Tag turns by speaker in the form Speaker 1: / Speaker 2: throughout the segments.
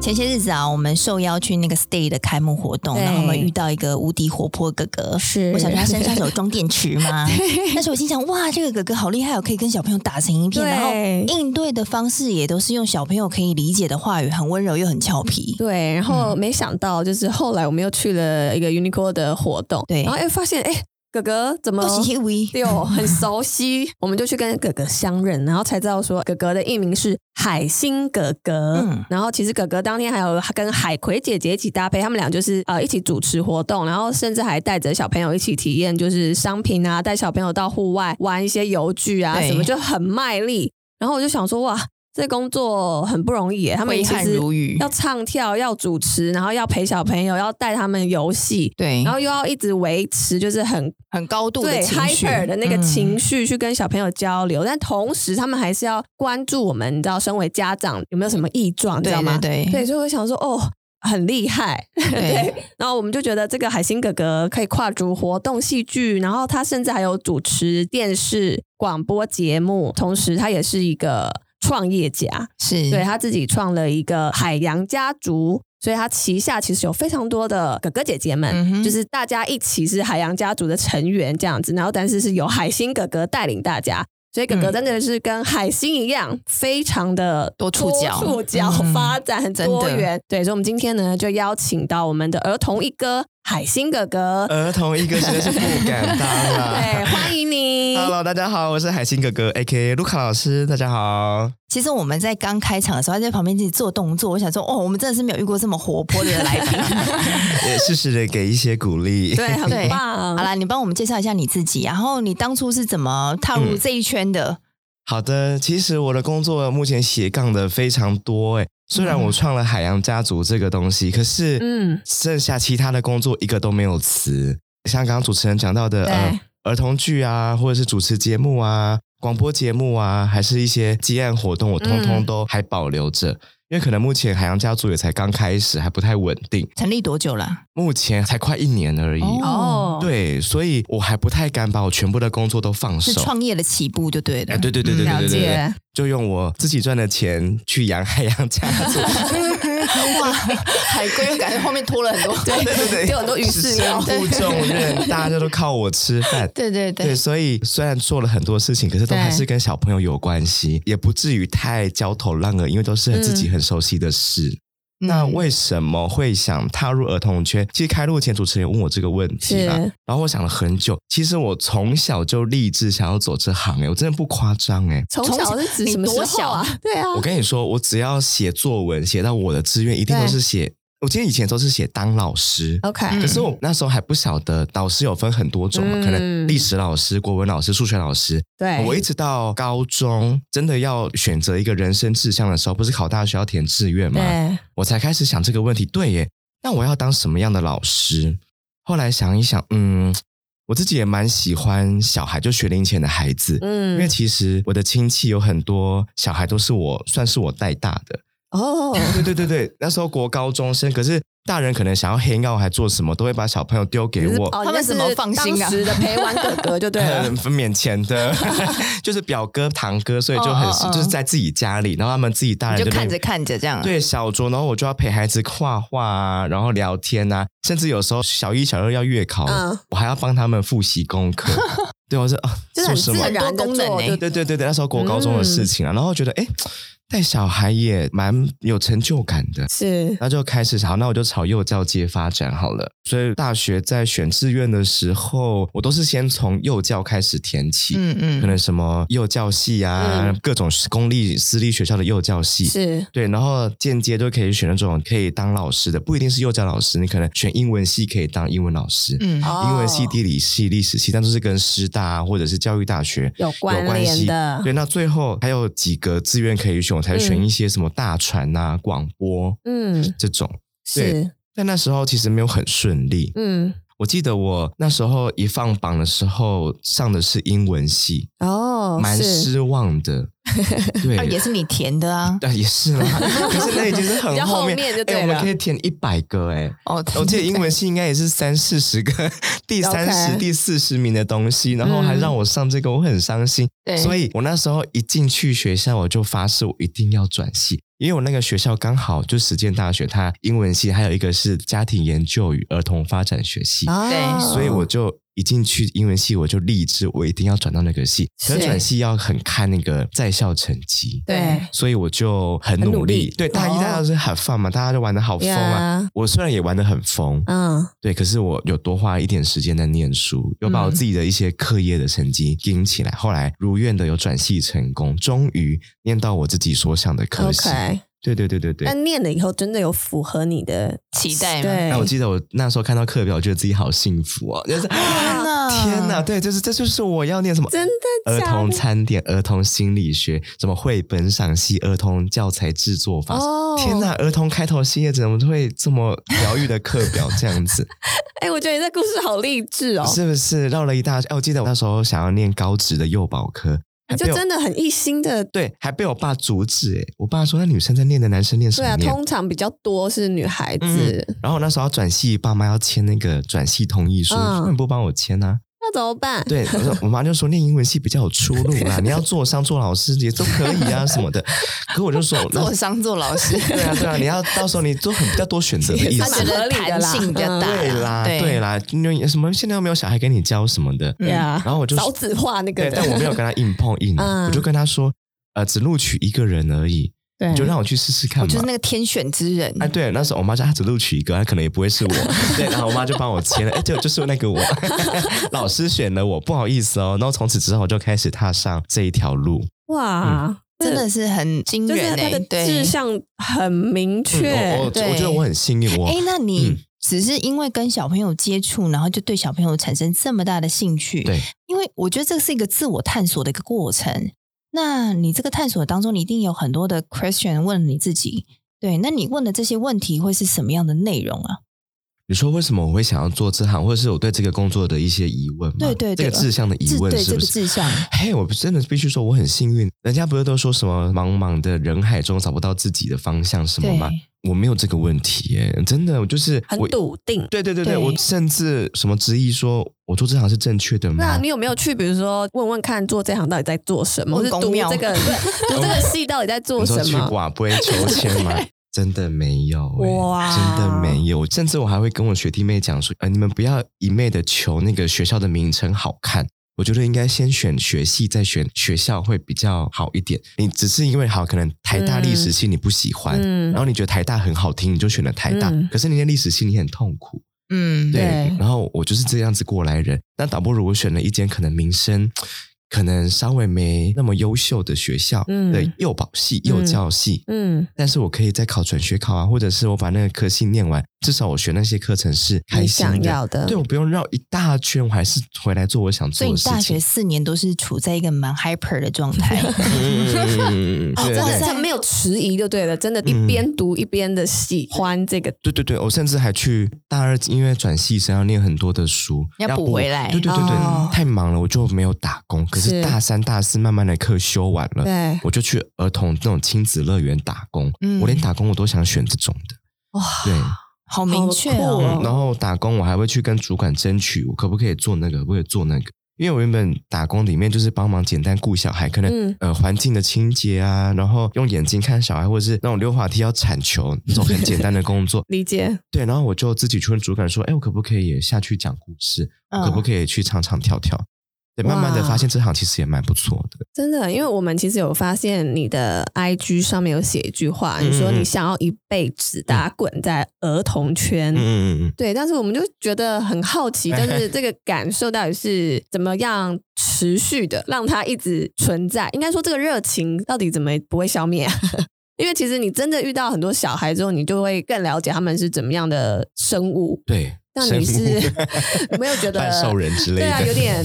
Speaker 1: 前些日子啊，我们受邀去那个 Stay 的开幕活动，
Speaker 2: 对
Speaker 1: 然后我们遇到一个无敌活泼哥哥，
Speaker 2: 是
Speaker 1: 我想说他身上有装电池 吗？但是我心想，哇，这个哥哥好厉害哦，可以跟小朋友打成一片，
Speaker 2: 对
Speaker 1: 然后应对的方式也都是用小朋友可以理解的话语，很温柔又很俏皮。
Speaker 2: 对，然后没想到就是后来我们又去了一个 Uniqlo 的活动，
Speaker 1: 对
Speaker 2: 然后哎发现哎哥哥怎么
Speaker 1: 都是 Kiwi，
Speaker 2: 对哦，很熟悉，我们就去跟哥哥相认，然后才知道说哥哥的艺名是海星哥哥。
Speaker 1: 嗯
Speaker 2: 然后其实哥哥当天还有跟海葵姐姐一起搭配，他们俩就是呃一起主持活动，然后甚至还带着小朋友一起体验，就是商品啊，带小朋友到户外玩一些游具啊
Speaker 1: 对
Speaker 2: 什么，就很卖力。然后我就想说，哇，这工作很不容易耶，他们
Speaker 1: 挥
Speaker 2: 其
Speaker 1: 汗
Speaker 2: 实
Speaker 1: 如雨
Speaker 2: 要唱跳，要主持，然后要陪小朋友，要带他们游戏。
Speaker 1: 对
Speaker 2: 然后又要一直维持，就是很
Speaker 1: 很高度
Speaker 2: 对
Speaker 1: 的情绪
Speaker 2: hyper 的那个
Speaker 1: 嗯
Speaker 2: 情绪去跟小朋友交流，但同时他们还是要关注我们，你知道，身为家长有没有什么异状，你知
Speaker 1: 对
Speaker 2: 道吗？
Speaker 1: 对对
Speaker 2: 所以我想说，哦，很厉害， 对。然后我们就觉得这个海星哥哥可以跨足活动、戏剧，然后他甚至还有主持电视、广播节目，同时他也是一个创业家，
Speaker 1: 是
Speaker 2: 对他自己创了一个海洋家族，所以他旗下其实有非常多的哥哥姐姐们，
Speaker 1: 嗯哼
Speaker 2: 就是大家一起是海洋家族的成员这样子，然后但是是由海星哥哥带领大家。所以哥哥
Speaker 1: 嗯
Speaker 2: 真的是跟海星一样，非常的
Speaker 1: 多触角
Speaker 2: 多触角
Speaker 1: 嗯
Speaker 2: 发展、
Speaker 1: 真的
Speaker 2: 多元。对，所以我们今天呢，就邀请到我们的儿童一哥海星哥 哥，
Speaker 1: 呃
Speaker 3: 儿童一哥真的是不敢当
Speaker 2: 对，
Speaker 3: 啊。
Speaker 2: 欢迎你。
Speaker 3: Hello，大家好，我是海星哥哥，A.K.A. 卢卡老师，大家好。
Speaker 1: 其实我们在刚开场的时候，他在旁边自己做动作，我想说，哦，我们真的是没有遇过这么活泼的来 宾。
Speaker 3: 也适时的给一些鼓励。
Speaker 2: 对，
Speaker 1: 对
Speaker 2: 很棒。
Speaker 1: 好啦，你帮我们介绍一下你自己，啊然后你当初是怎么踏
Speaker 3: 嗯
Speaker 1: 入这一圈的？
Speaker 3: 好的，其实我的工作目前斜杠的非常多诶，虽然我创了海洋家族这个东西，可是
Speaker 2: 嗯，
Speaker 3: 剩下其他的工作一个都没有辞。像刚刚主持人讲到的，
Speaker 2: 对
Speaker 3: 呃，儿童剧啊，或者是主持节目啊、广播节目啊，还是一些接案活动，我通通
Speaker 2: 嗯
Speaker 3: 都还保留着。因为可能目前海洋家族也才刚开始，还不太稳定，
Speaker 1: 成立多久了？
Speaker 3: 目前才快一年而已。
Speaker 1: 哦
Speaker 2: 哦，
Speaker 3: 对，所以我还不太敢把我全部的工作都放
Speaker 1: 是
Speaker 3: 手。
Speaker 1: 创业的起步就对了。嗯
Speaker 3: 哎，对对对对对
Speaker 2: 了
Speaker 3: 对对对
Speaker 2: 解，
Speaker 3: 就用我自己赚的钱去养海洋家族。
Speaker 1: 哇，海龟又感觉后面拖了很多。
Speaker 3: 对对对，
Speaker 2: 有很多鱼哦饲料
Speaker 3: 身负重任，大家都靠我吃饭。
Speaker 1: 对对嗯
Speaker 3: 对，
Speaker 1: 对，
Speaker 3: 所以虽然做了很多事情，可是都
Speaker 1: 对
Speaker 3: 还是跟小朋友有关系，也不至于太焦头烂额，因为都是自己很熟悉的事。那
Speaker 1: 嗯
Speaker 3: 为什么会想踏入儿童圈？其实开录前主持人问我这个问题啦
Speaker 2: 是，
Speaker 3: 然后我想了很久。其实我从小就立志想要走这行、欸，我真的不夸张哎、
Speaker 2: 从小是指
Speaker 1: 你
Speaker 2: 什么时
Speaker 1: 多
Speaker 2: 候啊？对啊，
Speaker 3: 我跟你说，我只要写作文，写到我的志愿一定都是写。我记得以前都是写当老师，
Speaker 2: OK，
Speaker 1: 嗯
Speaker 3: 可是我那时候还不晓得导师有分很多种嘛，
Speaker 2: 嗯
Speaker 3: 可能历史老师、国文老师、数学老师。
Speaker 2: 对，
Speaker 3: 我一直到高中，真的要选择一个人生志向的时候，不是考大学要填志愿吗？
Speaker 2: 对，
Speaker 3: 我才开始想这个问题。对耶，那我要当什么样的老师？后来想一想，嗯，我自己也蛮喜欢小孩，就学龄前的孩子，
Speaker 2: 嗯，
Speaker 3: 因为其实我的亲戚有很多小孩都是我算是我带大的。
Speaker 2: 哦，
Speaker 3: 对对对对，那时候国高中生，可是大人可能想要黑要还做什么，都会把小朋友丢给
Speaker 2: 就是
Speaker 3: 我。嗯
Speaker 2: 哦
Speaker 1: 他们怎么放心啊
Speaker 2: 当时的陪玩哥哥就对啊了
Speaker 3: 很，很免钱 的，就是表哥堂哥，所以就很
Speaker 1: 哦哦哦
Speaker 3: 就是在自己家里，然后他们自己大
Speaker 1: 你就
Speaker 3: 人在那
Speaker 1: 看
Speaker 3: 边
Speaker 1: 着看着这样。啊
Speaker 3: 对小酌，然后我就要陪孩子画画啊，然后聊天啊，甚至有时候小一、小二要月考，
Speaker 2: 嗯
Speaker 3: 我还要帮他们复习功 课。对，我说啊，
Speaker 2: 就是
Speaker 3: 做
Speaker 2: 很
Speaker 3: 什
Speaker 2: 自
Speaker 3: 么？
Speaker 2: 然的
Speaker 1: 做什么
Speaker 2: 做，
Speaker 3: 哎对对对对，那时候国高中的事情啊，然后觉得哎，带小孩也蛮有成就感的。
Speaker 2: 是
Speaker 3: 那就开始好，那我就朝幼教界发展好了。所以大学在选志愿的时候，我都是先从幼教开始填起，
Speaker 1: 嗯嗯，
Speaker 3: 可能什么幼教系啊，
Speaker 2: 嗯
Speaker 3: 各种公立、私立学校的幼教系，
Speaker 2: 是，
Speaker 3: 对，然后间接就可以选那种可以当老师的，不一定是幼教老师，你可能选英文系可以当英文老师，
Speaker 1: 嗯
Speaker 2: 哦
Speaker 3: 英文系、地理系、历史系，但都是跟师大、啊、或者是教育大学
Speaker 2: 有关联的
Speaker 3: 对，那最后还有几个志愿可以选，我才选一些什么大传啊、广播
Speaker 2: 嗯，
Speaker 3: 这种。
Speaker 2: 是，
Speaker 3: 但那时候其实没有很顺利，
Speaker 2: 嗯，
Speaker 3: 我记得我那时候一放榜的时候上的是英文系，
Speaker 2: 哦，
Speaker 3: 蛮
Speaker 2: 是，
Speaker 3: 失望的。
Speaker 1: 啊也
Speaker 3: 对，
Speaker 1: 是你填的啊。
Speaker 3: 但也是啦，可是那已经是
Speaker 2: 比较
Speaker 3: 很
Speaker 2: 后
Speaker 3: 后
Speaker 2: 面就
Speaker 3: 哎
Speaker 2: 对
Speaker 3: 我们
Speaker 2: 了
Speaker 3: 可以填一百个哎、
Speaker 1: 哦，
Speaker 3: 我记得英文系应该也是三四十个，第三十、
Speaker 2: OK 嗯
Speaker 3: 第四十名的东西，然后还让我上这个，我很伤心。
Speaker 1: 对
Speaker 3: 所以我那时候一进去学校，我就发誓我一定要转系，因为我那个学校刚好就实践大学，它英文系还有一个是家庭研究与儿童发展学系，
Speaker 2: 哦
Speaker 1: 对
Speaker 3: 所以我就。一进去英文系，我就立志我一定要转到那个系。可是
Speaker 2: 是
Speaker 3: 转系要很看那个在校成绩，
Speaker 2: 对
Speaker 3: 所以我就很
Speaker 2: 很
Speaker 3: 努力。
Speaker 2: 努力
Speaker 3: 对，大一、
Speaker 2: 哦
Speaker 3: 大二是很放嘛，大家就玩的好疯啊。
Speaker 2: 呀，
Speaker 3: 我虽然也玩的很疯，
Speaker 2: 嗯，
Speaker 3: 对，可是我有多花一点时间在念书，又把我自己的一些课业的成绩盯起来，后来如愿的有转系成功，终于念到我自己所想的科系。
Speaker 2: OK，
Speaker 3: 对对对对对。
Speaker 2: 但念了以后真的有符合你的
Speaker 1: 期待吗
Speaker 2: 对，
Speaker 3: 那我记得我那时候看到课表，我觉得自己好幸福哦，就是
Speaker 1: 天哪，
Speaker 3: 天哪，对，就是这就是我要念什么
Speaker 2: 啊 真的
Speaker 3: 儿
Speaker 2: 假
Speaker 3: 童
Speaker 2: 的？
Speaker 3: 餐点、儿童心理学、什么绘本赏析、儿童教材制作法。
Speaker 2: 哦
Speaker 3: 天哪，儿童开头系列怎么会这么疗愈的课表这样子？
Speaker 2: 哎，我觉得你这故事好励志哦，
Speaker 3: 是不是绕了一大圈？哎，我记得我那时候想要念高职的幼保科，还
Speaker 2: 你就
Speaker 3: 被啊我
Speaker 2: 真的很一心的。
Speaker 3: 对，还被我爸阻止。哎，我爸说那女生在念的，男生念什
Speaker 2: 对
Speaker 3: 么
Speaker 2: 啊，
Speaker 3: 念？
Speaker 2: 通常比较多是女孩
Speaker 3: 嗯
Speaker 2: 子，
Speaker 3: 然后我那时候要转系，爸妈要签那个转系同意书，
Speaker 2: 嗯
Speaker 3: 他们不帮我签 啊。
Speaker 2: 那怎么办？
Speaker 3: 对，我说我妈就说念英文系比较有出路 啦，你要做商做老师也都可以啊什么的。可我就说，那
Speaker 1: 做商做老师，
Speaker 3: 对 啊对啊，你要到时候你做很比较多选择的 意
Speaker 1: 他
Speaker 2: 蛮
Speaker 1: 觉
Speaker 3: 思。
Speaker 1: 得
Speaker 2: 合理的
Speaker 1: 弹
Speaker 2: 啦
Speaker 1: 性比较大
Speaker 3: 对啦对啦，因为什么现在又没有小孩给你教什么的，
Speaker 1: 嗯
Speaker 2: 呀
Speaker 3: 然后我就
Speaker 2: 少子化那个
Speaker 3: 对，
Speaker 2: 的，
Speaker 3: 但我没有跟他硬碰硬，啊
Speaker 2: 嗯
Speaker 3: 我就跟他说，呃，只录取一个人而已，
Speaker 2: 对
Speaker 3: 你就让我去试试看
Speaker 1: 我就是
Speaker 3: 嘛。
Speaker 1: 那个天选之人。
Speaker 3: 嗯啊，对，那时候我妈说她只录取一个，她可能也不 会是我。对，然后我妈就帮我签了，哎，就就是那个我， 老师选了我，不好意思哦。然后从此之后我就开始踏上这一条路，
Speaker 2: 哇，
Speaker 1: 真的是很惊
Speaker 2: 就是
Speaker 1: 人
Speaker 2: 他
Speaker 1: 欸
Speaker 2: 的
Speaker 1: 对
Speaker 2: 志，向很明确，
Speaker 3: 嗯嗯我我我
Speaker 1: 对
Speaker 3: 觉得我很幸运，我
Speaker 1: 哎，那你
Speaker 3: 嗯
Speaker 1: 只是因为跟小朋友接触，然后就对小朋友产生这么大的兴趣，
Speaker 3: 对
Speaker 1: 因为我觉得这是一个自我探索的一个过程。那你这个探索当中，你一定有很多的 question 问你自己。对，那你问的这些问题会是什么样的内容啊？
Speaker 3: 你说为什么我会想要做这行，或者是我对这个工作的一些疑问吗？
Speaker 1: 对对对
Speaker 3: 这个志向的疑
Speaker 1: 志
Speaker 3: 问
Speaker 1: 对
Speaker 3: 是
Speaker 1: 这
Speaker 3: 不
Speaker 1: 个
Speaker 3: 是？
Speaker 1: 志向，
Speaker 3: 嘿，我真的必须说我很幸运。人家不是都说什么茫茫的人海中找不到自己的方向什么
Speaker 1: 对
Speaker 3: 吗？我没有这个问题耶，真的，我就是
Speaker 2: 很
Speaker 3: 我。
Speaker 2: 笃定。
Speaker 3: 对对对对，
Speaker 1: 对
Speaker 3: 我甚至什么质疑说，我做这行是正确的
Speaker 2: 那
Speaker 3: 吗
Speaker 2: 你？有没有去，比如说问问看做这行到底在做什么，或
Speaker 1: 问
Speaker 2: 是
Speaker 1: 公
Speaker 2: 读
Speaker 1: 庙
Speaker 2: 这个对 读这个戏到底在做
Speaker 3: 嗯你说
Speaker 2: 什
Speaker 3: 去
Speaker 2: 么？
Speaker 3: 寡不会 求签吗？真的没有、欸，
Speaker 2: 哇
Speaker 3: 真的没有。甚至我还会跟我学弟妹讲说，呃，你们不要一昧的求那个学校的名称好看。我觉得应该先选学系，再选学校会比较好一点。你只是因为好，可能台大历史系你不喜欢，
Speaker 2: 嗯
Speaker 3: 然后你觉得台大很好听，你就选了台大。
Speaker 2: 嗯
Speaker 3: 可是你的历史系你很痛苦，
Speaker 1: 嗯，
Speaker 3: 对。
Speaker 2: 对
Speaker 3: 然后我就是这样子过来人，那倒不如我选了一间可能名声可能稍微没那么优秀的学校
Speaker 2: 嗯
Speaker 3: 的幼保系、幼教系，
Speaker 2: 嗯，
Speaker 3: 但是我可以再考转学考啊，或者是我把那个科系念完，至少我学那些课程是开
Speaker 2: 你
Speaker 3: 心的。
Speaker 2: 想要的，
Speaker 3: 对，我不用绕一大圈，我还是回来做我想
Speaker 1: 所
Speaker 3: 做
Speaker 1: 以
Speaker 3: 的
Speaker 1: 你
Speaker 3: 事
Speaker 1: 大学。
Speaker 3: 情
Speaker 1: 四年都是处在一个蛮 hyper 的状 态，
Speaker 3: 嗯嗯嗯嗯嗯嗯
Speaker 2: 哦，
Speaker 3: 对
Speaker 2: 真的
Speaker 3: 对
Speaker 2: 是
Speaker 1: 对
Speaker 2: 没有迟疑就对了，真的，一
Speaker 3: 嗯
Speaker 2: 边读一边的喜欢这个，
Speaker 3: 对对对，我甚至还去大二，因为转系生要念很多的书，
Speaker 1: 要补回来
Speaker 3: 对对对对，
Speaker 2: 哦
Speaker 3: 太忙了，我就没有打工。可
Speaker 2: 是
Speaker 3: 是大三、大四慢慢的课修完了，
Speaker 2: 对，
Speaker 3: 我就去儿童那种亲子乐园打工。
Speaker 1: 嗯
Speaker 3: 我连打工我都想选这种的。
Speaker 1: 哇，
Speaker 3: 对，
Speaker 1: 好明确
Speaker 2: 好酷
Speaker 1: 哦
Speaker 2: 哦。
Speaker 3: 嗯然后打工我还会去跟主管争取，我可不可以做那个，可不可以做那个？因为我原本打工里面就是帮忙简单顾小孩，可能、
Speaker 2: 嗯。
Speaker 3: 呃环境的清洁啊，然后用眼睛看小孩，或者是那种溜滑梯要铲球那种很简单的工作
Speaker 2: 理解，
Speaker 3: 对，然后我就自己去问主管说，哎，我可不可以也下去讲故事？
Speaker 1: 嗯
Speaker 3: 我可不可以去唱唱跳跳？对，慢慢的
Speaker 2: 哇
Speaker 3: 发现这行其实也蛮不错的。
Speaker 2: 真的，因为我们其实有发现你的 IG 上面有写一句话，
Speaker 3: 嗯
Speaker 2: 你说你想要一辈子打滚在儿童圈。
Speaker 3: 嗯嗯嗯嗯。
Speaker 2: 对，但是我们就觉得很好奇，就是这个感受到底是怎么样持续的，让它一直存在。应该说，这个热情到底怎么不会消灭、啊？ 因为其实你真的遇到很多小孩之后，你就会更了解他们是怎么样的生物。
Speaker 3: 对，
Speaker 2: 那你
Speaker 3: 生
Speaker 2: 是
Speaker 3: 物
Speaker 2: 没有觉得
Speaker 3: 半兽人之类的，
Speaker 2: 对
Speaker 3: 嗯
Speaker 2: 啊，有点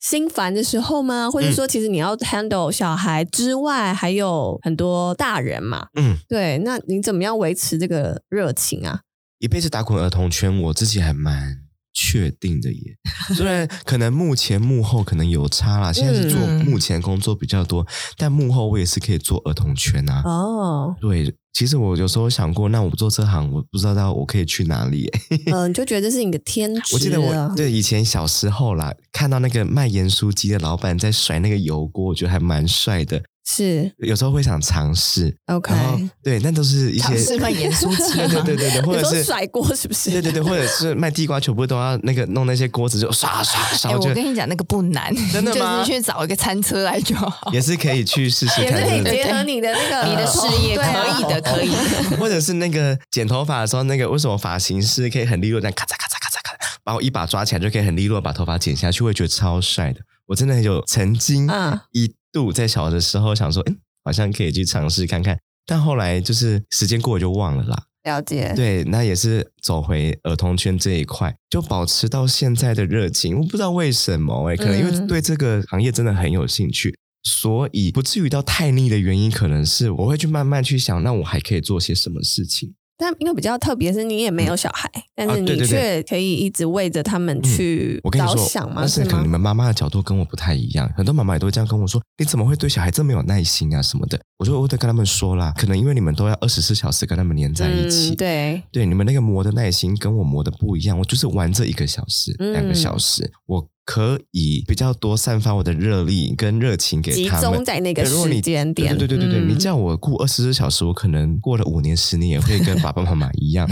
Speaker 2: 心烦的时候吗？或者说，其实你要 handle 小孩之外，还有很多大人嘛。
Speaker 3: 嗯，
Speaker 2: 对，那你怎么样维持这个热情啊？
Speaker 3: 一辈子打滚儿童圈，我自己还蛮确定的耶。虽然可能幕前幕后可能有差啦，现在是做
Speaker 1: 嗯
Speaker 3: 幕前工作比较多，但幕后我也是可以做儿童圈 啊。
Speaker 2: 哦，
Speaker 3: 对，其实我有时候想过，那我做这行，我不知道我可以去哪里耶。
Speaker 2: 嗯，你就觉得这是你的天职了。
Speaker 3: 我记得
Speaker 2: 啊
Speaker 3: 我对以前小时候啦，看到那个卖盐酥鸡的老板在甩那个油锅，我觉得还蛮帅的。
Speaker 2: 是
Speaker 3: 有时候会想尝试，
Speaker 2: OK，
Speaker 3: 然 后对，那都是一
Speaker 1: 尝
Speaker 3: 些
Speaker 1: 试卖盐酥鸡
Speaker 3: 对对
Speaker 1: 吗？
Speaker 3: 对对哦对，或
Speaker 2: 你
Speaker 3: 者
Speaker 2: 说
Speaker 3: 是
Speaker 2: 甩 锅是不是？
Speaker 3: 对对对，或者是卖地瓜球，不是都要那个弄那些锅子就刷刷
Speaker 1: 哎，
Speaker 3: 刷，
Speaker 1: 我
Speaker 3: 就
Speaker 1: 跟你讲，那个不难，
Speaker 3: 真的吗
Speaker 1: 就是去找一个餐车来就好。
Speaker 3: 也是可以去试 试
Speaker 2: 也是
Speaker 3: 看，
Speaker 2: 可以
Speaker 3: 对不对
Speaker 2: 结合你的那个
Speaker 3: 呃
Speaker 1: 你的事业
Speaker 2: 对啊
Speaker 1: 可以的，可以的。
Speaker 3: 或者是那个剪头发的时候，那个为什么发型师可以很利落，但咔嚓咔嚓咔嚓咔嚓，把我一把抓起来就可以很利落地把头发剪下去，我也觉得超帅的。我真的有曾经
Speaker 2: 嗯
Speaker 3: 一度在小的时候想说，嗯，好像可以去尝试看看，但后来就是时间过我就忘了啦。
Speaker 2: 了解。
Speaker 3: 对，那也是走回儿童圈这一块，就保持到现在的热情。我不知道为什么哎、可能因
Speaker 2: 嗯
Speaker 3: 为对这个行业真的很有兴趣，所以不至于到太腻的原因，可能是我会去慢慢去想，那我还可以做些什么事情。
Speaker 2: 但因为比较特别是你也没有小孩，但是
Speaker 3: 嗯啊对
Speaker 2: 你
Speaker 3: 对
Speaker 2: 却
Speaker 3: 对
Speaker 2: 可以一直为着他们去
Speaker 3: 我跟你
Speaker 2: 着
Speaker 3: 说，
Speaker 2: 想嘛，
Speaker 3: 但是可能你
Speaker 2: 吗？
Speaker 3: 们妈妈的角度跟我不太一样，很多妈妈也都会这样跟我说：“你怎么会对小孩这么有耐心啊什么的？”我就我得跟他们说啦，可能因为你们都要二十四小时跟他们黏在一起，
Speaker 2: 嗯，对，
Speaker 3: 对，你们那个磨的耐心跟我磨的不一样，我就是玩这一个小时、
Speaker 2: 嗯
Speaker 3: 两个小时，我可以比较多散发我的热力跟热情给
Speaker 2: 集
Speaker 3: 他们
Speaker 2: 中。在那个
Speaker 3: 对如果你
Speaker 2: 时间点，
Speaker 3: 对对对对对，
Speaker 2: 嗯
Speaker 3: 你叫我顾二十四小时，我可能过了五年、十年也会跟爸爸妈妈一样。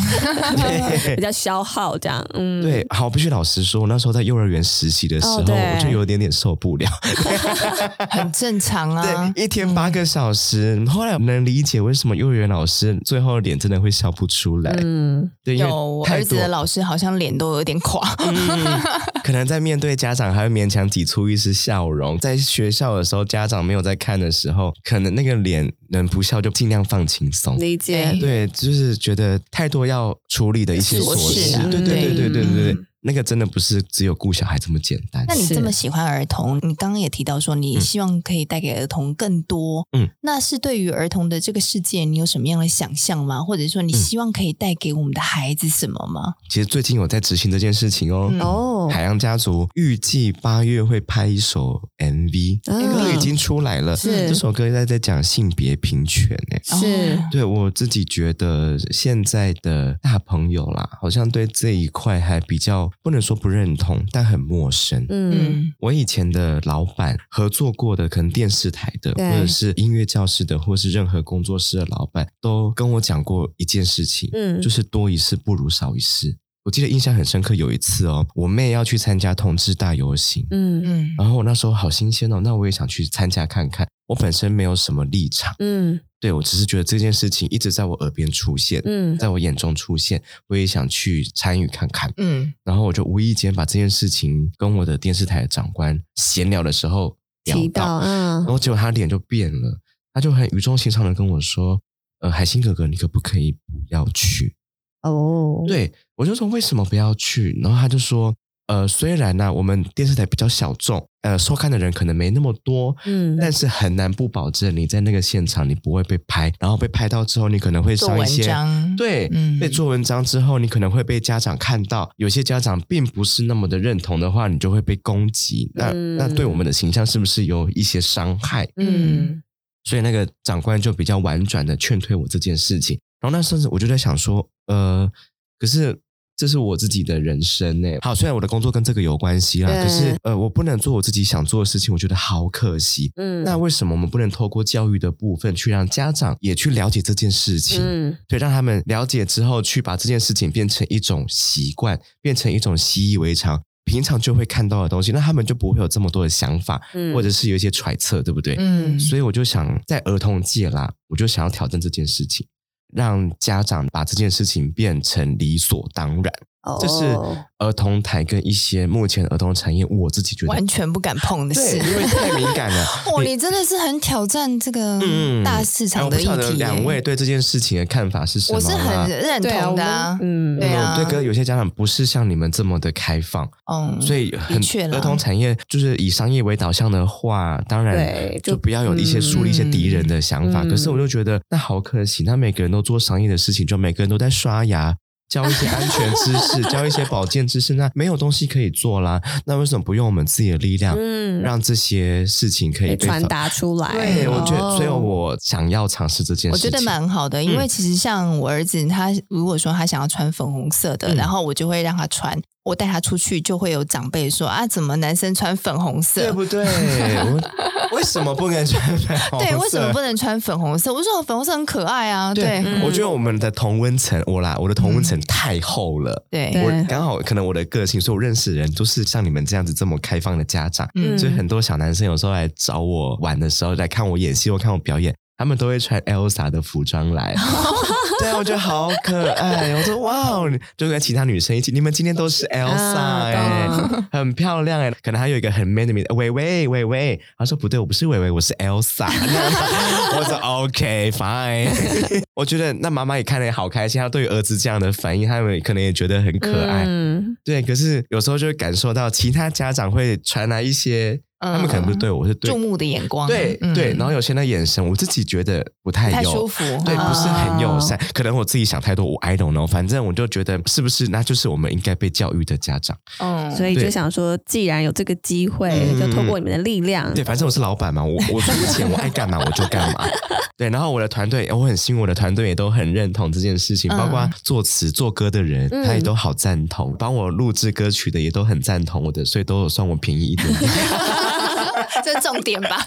Speaker 2: 比较消耗这样，嗯，
Speaker 3: 对，好，我必须老实说，我那时候在幼儿园实习的时候，
Speaker 2: 哦对
Speaker 3: 我就有点点受不了。
Speaker 1: 很正常啊。
Speaker 3: 对，一天八个小时，后来我能理解为什么幼儿园老师最后脸真的会笑不出来。
Speaker 2: 嗯，
Speaker 3: 对，因为
Speaker 1: 有我
Speaker 3: 太
Speaker 1: 儿子
Speaker 3: 多
Speaker 1: 的老师好像脸都有点 垮，
Speaker 3: 嗯， 可能在面对家长还会勉强挤出一丝笑容。在学校的时候，家长没有在看的时候，可能那个脸能不笑就尽量放轻松。
Speaker 2: 理解
Speaker 1: 哎，
Speaker 3: 对，就是觉得太多要处理的一些
Speaker 1: 琐
Speaker 3: 琐
Speaker 1: 事
Speaker 3: 事
Speaker 1: 啊，
Speaker 3: 对对对对对对
Speaker 2: 嗯
Speaker 3: 对，那个真的不是只有顾小孩这么简单。
Speaker 1: 那你
Speaker 2: 是
Speaker 1: 这么喜欢儿童，你刚刚也提到说你
Speaker 3: 嗯
Speaker 1: 希望可以带给儿童更多，
Speaker 3: 嗯，
Speaker 1: 那是对于儿童的这个世界，你有什么样的想象吗？或者说你
Speaker 3: 嗯
Speaker 1: 希望可以带给我们的孩子什么吗？
Speaker 3: 其实最近有在执行这件事情哦。
Speaker 1: 嗯
Speaker 2: 哦，
Speaker 3: 海洋家族预计八月会拍一首 MV，
Speaker 2: 嗯
Speaker 3: 哎歌已经出来了。
Speaker 2: 是
Speaker 3: 这首歌在在讲性别平权诶、
Speaker 2: 是
Speaker 1: 哦
Speaker 3: 对我自己觉得，现在的大朋友啦，好像对这一块还比较不能说不认同，但很陌生。
Speaker 2: 嗯，
Speaker 1: 嗯
Speaker 3: 我以前的老板合作过的，可能电视台的，
Speaker 2: 对
Speaker 3: 或者是音乐教室的，或是任何工作室的老板，都跟我讲过一件事情，
Speaker 2: 嗯
Speaker 3: 就是多一事不如少一事。我记得印象很深刻，有一次哦，我妹要去参加同志大游行，
Speaker 2: 嗯
Speaker 1: 嗯
Speaker 3: 然后我那时候好新鲜哦，那我也想去参加看看。我本身没有什么立场。
Speaker 2: 嗯
Speaker 3: 对我只是觉得这件事情一直在我耳边出现，
Speaker 2: 嗯，
Speaker 3: 在我眼中出现，我也想去参与看看。
Speaker 1: 嗯，
Speaker 3: 然后我就无意间把这件事情跟我的电视台的长官闲聊的时候聊
Speaker 2: 提
Speaker 3: 到，
Speaker 2: 到嗯
Speaker 3: 然，后结果他脸就变了，他就很语重心长的跟我说：“呃，海星哥哥，你可不可以不要去
Speaker 2: 哦？”，
Speaker 3: 对我就说：“为什么不要去？”然后他就说：“呃，虽然呢、我们电视台比较小众，呃，收看的人可能没那么多，
Speaker 2: 嗯，
Speaker 3: 但是很难不保证你在那个现场你不会被拍，然后被拍到之后你可能会
Speaker 1: 做
Speaker 3: 上一
Speaker 1: 文
Speaker 3: 些。
Speaker 1: 章，
Speaker 3: 对，
Speaker 1: 嗯
Speaker 3: 被做文章之后，你可能会被家长看到。有些家长并不是那么的认同的话，你就会被攻击。那、
Speaker 2: 嗯
Speaker 3: 那对我们的形象是不是有一些伤害？
Speaker 2: 嗯
Speaker 3: 所以那个长官就比较婉转的劝退我这件事情。然后那甚至我就在想说，呃，可是这是我自己的人生呢、好，虽然我的工作跟这个有关系啦，
Speaker 2: 对
Speaker 3: 可是呃，我不能做我自己想做的事情，我觉得好可惜。
Speaker 2: 嗯，
Speaker 3: 那为什么我们不能透过教育的部分去让家长也去了解这件事情？
Speaker 2: 嗯
Speaker 3: 对，让他们了解之后，去把这件事情变成一种习惯，变成一种习以为常，平常就会看到的东西，那他们就不会有这么多的想法，
Speaker 2: 嗯，
Speaker 3: 或者是有一些揣测，对不对？
Speaker 1: 嗯，
Speaker 3: 所以我就想在儿童界啦，我就想要挑战这件事情，让家长把这件事情变成理所当然。这是
Speaker 2: 哦
Speaker 3: 儿童台跟一些目前儿童产业，我自己觉得
Speaker 1: 完全不敢碰的
Speaker 3: 对，
Speaker 1: 事。。
Speaker 3: 因为太敏感了
Speaker 1: 哦，你真的是很挑战这个
Speaker 3: 嗯
Speaker 1: 大市场
Speaker 3: 我不
Speaker 1: 的议
Speaker 3: 晓得
Speaker 1: 题。
Speaker 3: 两位，对这件事情的看法是什么
Speaker 1: 我
Speaker 3: 啦？
Speaker 1: 是很认
Speaker 2: 对啊，
Speaker 1: 同
Speaker 2: 我
Speaker 1: 的
Speaker 2: 们
Speaker 1: 啊。
Speaker 2: 嗯，
Speaker 1: 对啊
Speaker 3: 嗯对，可有些家长不是像你们这么的开放，
Speaker 1: 嗯，
Speaker 3: 所以很
Speaker 1: 确啦
Speaker 3: 儿童产业就是以商业为导向的话，当然
Speaker 2: 对就
Speaker 3: 就不要有一些树立一些敌人的想法。
Speaker 2: 嗯
Speaker 3: 可是我就觉得那好可惜，那每个人都做商业的事情，就每个人都在刷牙。教一些安全知识，教一些保健知识，那没有东西可以做啦。那为什么不用我们自己的力量，
Speaker 2: 嗯，
Speaker 3: 让这些事情可以
Speaker 2: 被
Speaker 3: 被
Speaker 2: 传
Speaker 3: 发？
Speaker 2: 达出来。
Speaker 3: 对，我觉得，
Speaker 2: 哦
Speaker 3: 所以我想要尝试这件
Speaker 1: 我
Speaker 3: 事情。
Speaker 1: 觉得蛮好
Speaker 3: 嗯
Speaker 1: 的，因为其实像我儿子，他如果说他想要穿粉红色的，
Speaker 3: 嗯
Speaker 1: 然后我就会让他穿，我带他出去就会有长辈说啊，怎么男生穿粉红
Speaker 3: 对
Speaker 1: 色？
Speaker 3: 不对？我为什么不能穿粉红色？
Speaker 1: 对，为什么不能穿粉红色？我说粉红色很可爱啊，
Speaker 3: 对，
Speaker 1: 对
Speaker 2: 嗯
Speaker 3: 我觉得我们的同温层，我啦，我的同温层太厚了。
Speaker 1: 对嗯
Speaker 2: 对
Speaker 3: 我刚好可能我的个性，所以我认识的人都是像你们这样子这么开放的家长，
Speaker 1: 嗯
Speaker 3: 所以很多小男生有时候来找我玩的时候，来看我演戏或看我表演，他们都会穿 Elsa 的服装 来。对，我觉得好可爱。我说哇哦，就跟其他女生一起，你们今天都是 Elsa
Speaker 2: 啊
Speaker 3: 哎、
Speaker 2: 懂
Speaker 3: 很漂亮哎、可能还有一个很 man 的名字，伟伟伟伟。他说不对，我不是伟伟，我是 Elsa。我说 OK fine。我 觉得那妈妈也看得好开心，她对于儿子这样的反应，他们可能也觉得很可爱。
Speaker 2: 嗯
Speaker 3: 对，可是有时候就会感受到其他家长会传来一些，他们可能不是对我，是对
Speaker 1: 嗯注目的眼光，
Speaker 3: 对、
Speaker 1: 嗯
Speaker 3: 对，然后有些人的眼神，我自己觉得不太
Speaker 1: 不
Speaker 3: 有
Speaker 1: 太舒服，
Speaker 3: 对，
Speaker 1: 啊
Speaker 3: 不是很友善，可能我自己想太多，我 I don't know。反正我就觉得，是不是那就是我们应该被教育的家长？
Speaker 1: 嗯，
Speaker 2: 所以就
Speaker 3: 对
Speaker 2: 想说，既然有这个机会，
Speaker 3: 嗯
Speaker 2: 就透过你们的力量，
Speaker 3: 对，反正我是老板嘛，我我出钱，我爱干嘛我就干嘛。对，然后我的团队，我很幸运，我的团队也都很认同这件事情，
Speaker 1: 嗯
Speaker 3: 包括作词作歌的人，
Speaker 2: 嗯
Speaker 3: 他也都好赞同，帮我录制歌曲的也都很赞同我的，所以都有算我便宜一点点。
Speaker 1: 这是重点吧？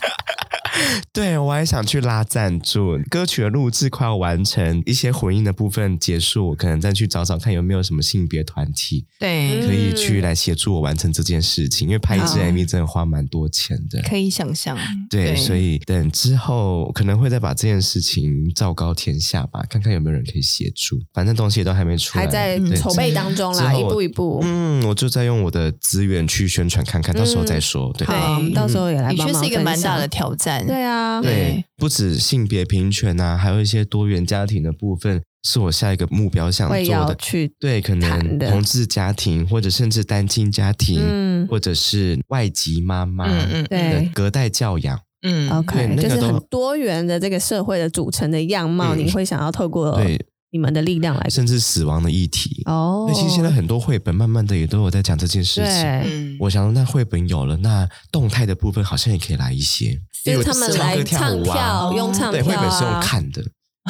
Speaker 3: 对，我还想去拉赞助。歌曲的录制快要完成，一些混音的部分结束，我可能再去找找看有没有什么性别团体
Speaker 1: 对，
Speaker 3: 可以去来协助我完成这件事情。因为拍一支
Speaker 1: 嗯好
Speaker 3: MV 真的花蛮多钱的。
Speaker 1: 可以想象，
Speaker 3: 对，所以等之后可能会再把这件事情昭告天下吧，看看有没有人可以协助。反正东西也都还没出来，
Speaker 2: 还在
Speaker 3: 对
Speaker 2: 筹备当中
Speaker 3: 之
Speaker 2: 啦，
Speaker 3: 后
Speaker 2: 一步一步。
Speaker 3: 嗯，我就在用我的资源去宣传看看，到时候再说。
Speaker 2: 嗯
Speaker 3: 对，嗯
Speaker 2: 好，我们到时候也来
Speaker 1: 的
Speaker 2: 帮
Speaker 1: 确
Speaker 2: 忙
Speaker 1: 是一个
Speaker 2: 分
Speaker 1: 蛮大
Speaker 2: 享
Speaker 1: 的挑战，
Speaker 2: 对啊，
Speaker 3: 对
Speaker 1: 对，
Speaker 3: 不止性别平权啊，还有一些多元家庭的部分，是我下一个目标想
Speaker 2: 会
Speaker 3: 做
Speaker 2: 要
Speaker 3: 的。
Speaker 2: 去，
Speaker 3: 对，可能
Speaker 2: 谈的
Speaker 3: 同志家庭，或者甚至单亲家庭，
Speaker 2: 嗯，
Speaker 3: 或者是外籍妈妈
Speaker 1: 嗯嗯
Speaker 3: 的
Speaker 2: 对
Speaker 3: 隔代教养。
Speaker 1: 嗯
Speaker 2: OK，、
Speaker 3: 对那
Speaker 2: 就
Speaker 3: 个
Speaker 2: 是很
Speaker 3: 都
Speaker 2: 多元的这个社会的组成的样貌，
Speaker 3: 嗯
Speaker 2: 你会想要透过
Speaker 3: 对
Speaker 2: 你们的力量哦来
Speaker 3: 甚至死亡的议题。
Speaker 2: 哦
Speaker 3: 那，其实现在很多绘本慢慢的也都有在讲这件事情。
Speaker 2: 对，
Speaker 1: 嗯，
Speaker 3: 我想，那绘本有了，那动态的部分好像也可以来一些，因
Speaker 2: 就是
Speaker 3: 为
Speaker 2: 他们
Speaker 3: 唱
Speaker 2: 来
Speaker 3: 歌跳
Speaker 2: 唱
Speaker 3: 舞啊，
Speaker 2: 跳，
Speaker 1: 哦
Speaker 2: 用唱
Speaker 3: 对，绘
Speaker 2: 跳
Speaker 3: 本是用
Speaker 2: 啊，哦
Speaker 3: 看的，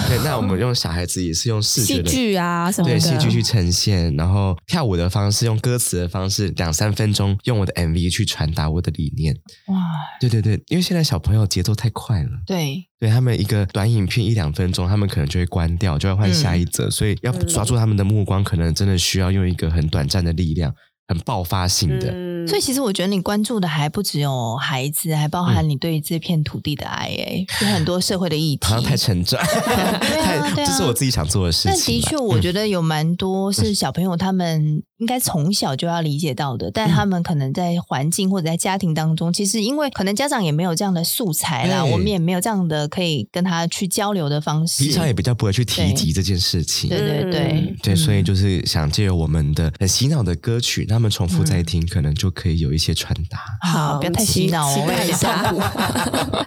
Speaker 3: 对，那我们用小孩子也是用视觉
Speaker 2: 戏
Speaker 3: 的
Speaker 2: 剧啊什么的，
Speaker 3: 对戏剧去呈现，然后跳舞的方式，用歌词的方式，两三分钟用我的 MV 去传达我的理念。
Speaker 1: 哇，
Speaker 3: 对对对，因为现在小朋友节奏太快了，
Speaker 1: 对，
Speaker 3: 对他们一个短影片一两分钟，他们可能就会关掉，就会换下
Speaker 1: 嗯
Speaker 3: 一则，所以要抓住他们的目光，可能真的需要用一个很短暂的力量，很爆发性的。
Speaker 2: 嗯
Speaker 1: 所以其实我觉得你关注的还不只有孩子，还包
Speaker 3: 嗯
Speaker 1: 含你对这片土地的爱、诶，有很多社会的议题。
Speaker 3: 好 像太沉重， 太、
Speaker 1: 对啊
Speaker 3: 这是我自己想做的事情嗯
Speaker 1: 但
Speaker 3: 啦。
Speaker 1: 的确，我觉得有蛮多是小朋友他们应该从小就要理解到的，
Speaker 3: 嗯
Speaker 1: 但他们可能在环境或者在家庭当中，其实因为可能家长也没有这样的素材啦，
Speaker 3: 对
Speaker 1: 我们也没有这样的可以跟他去交流的方式。
Speaker 3: 哎平常也比较不会去提及这件事情。
Speaker 1: 对对对
Speaker 2: 嗯
Speaker 3: 对，所以
Speaker 1: 嗯
Speaker 3: 就是想借由我们的很洗脑的歌曲，让他们重复
Speaker 1: 嗯
Speaker 3: 再听，可能就可以有一些传达。
Speaker 1: 啊好，不要太洗脑哦，
Speaker 2: 期
Speaker 1: 我有
Speaker 2: 待一
Speaker 1: 点
Speaker 2: 下，
Speaker 1: 痛苦。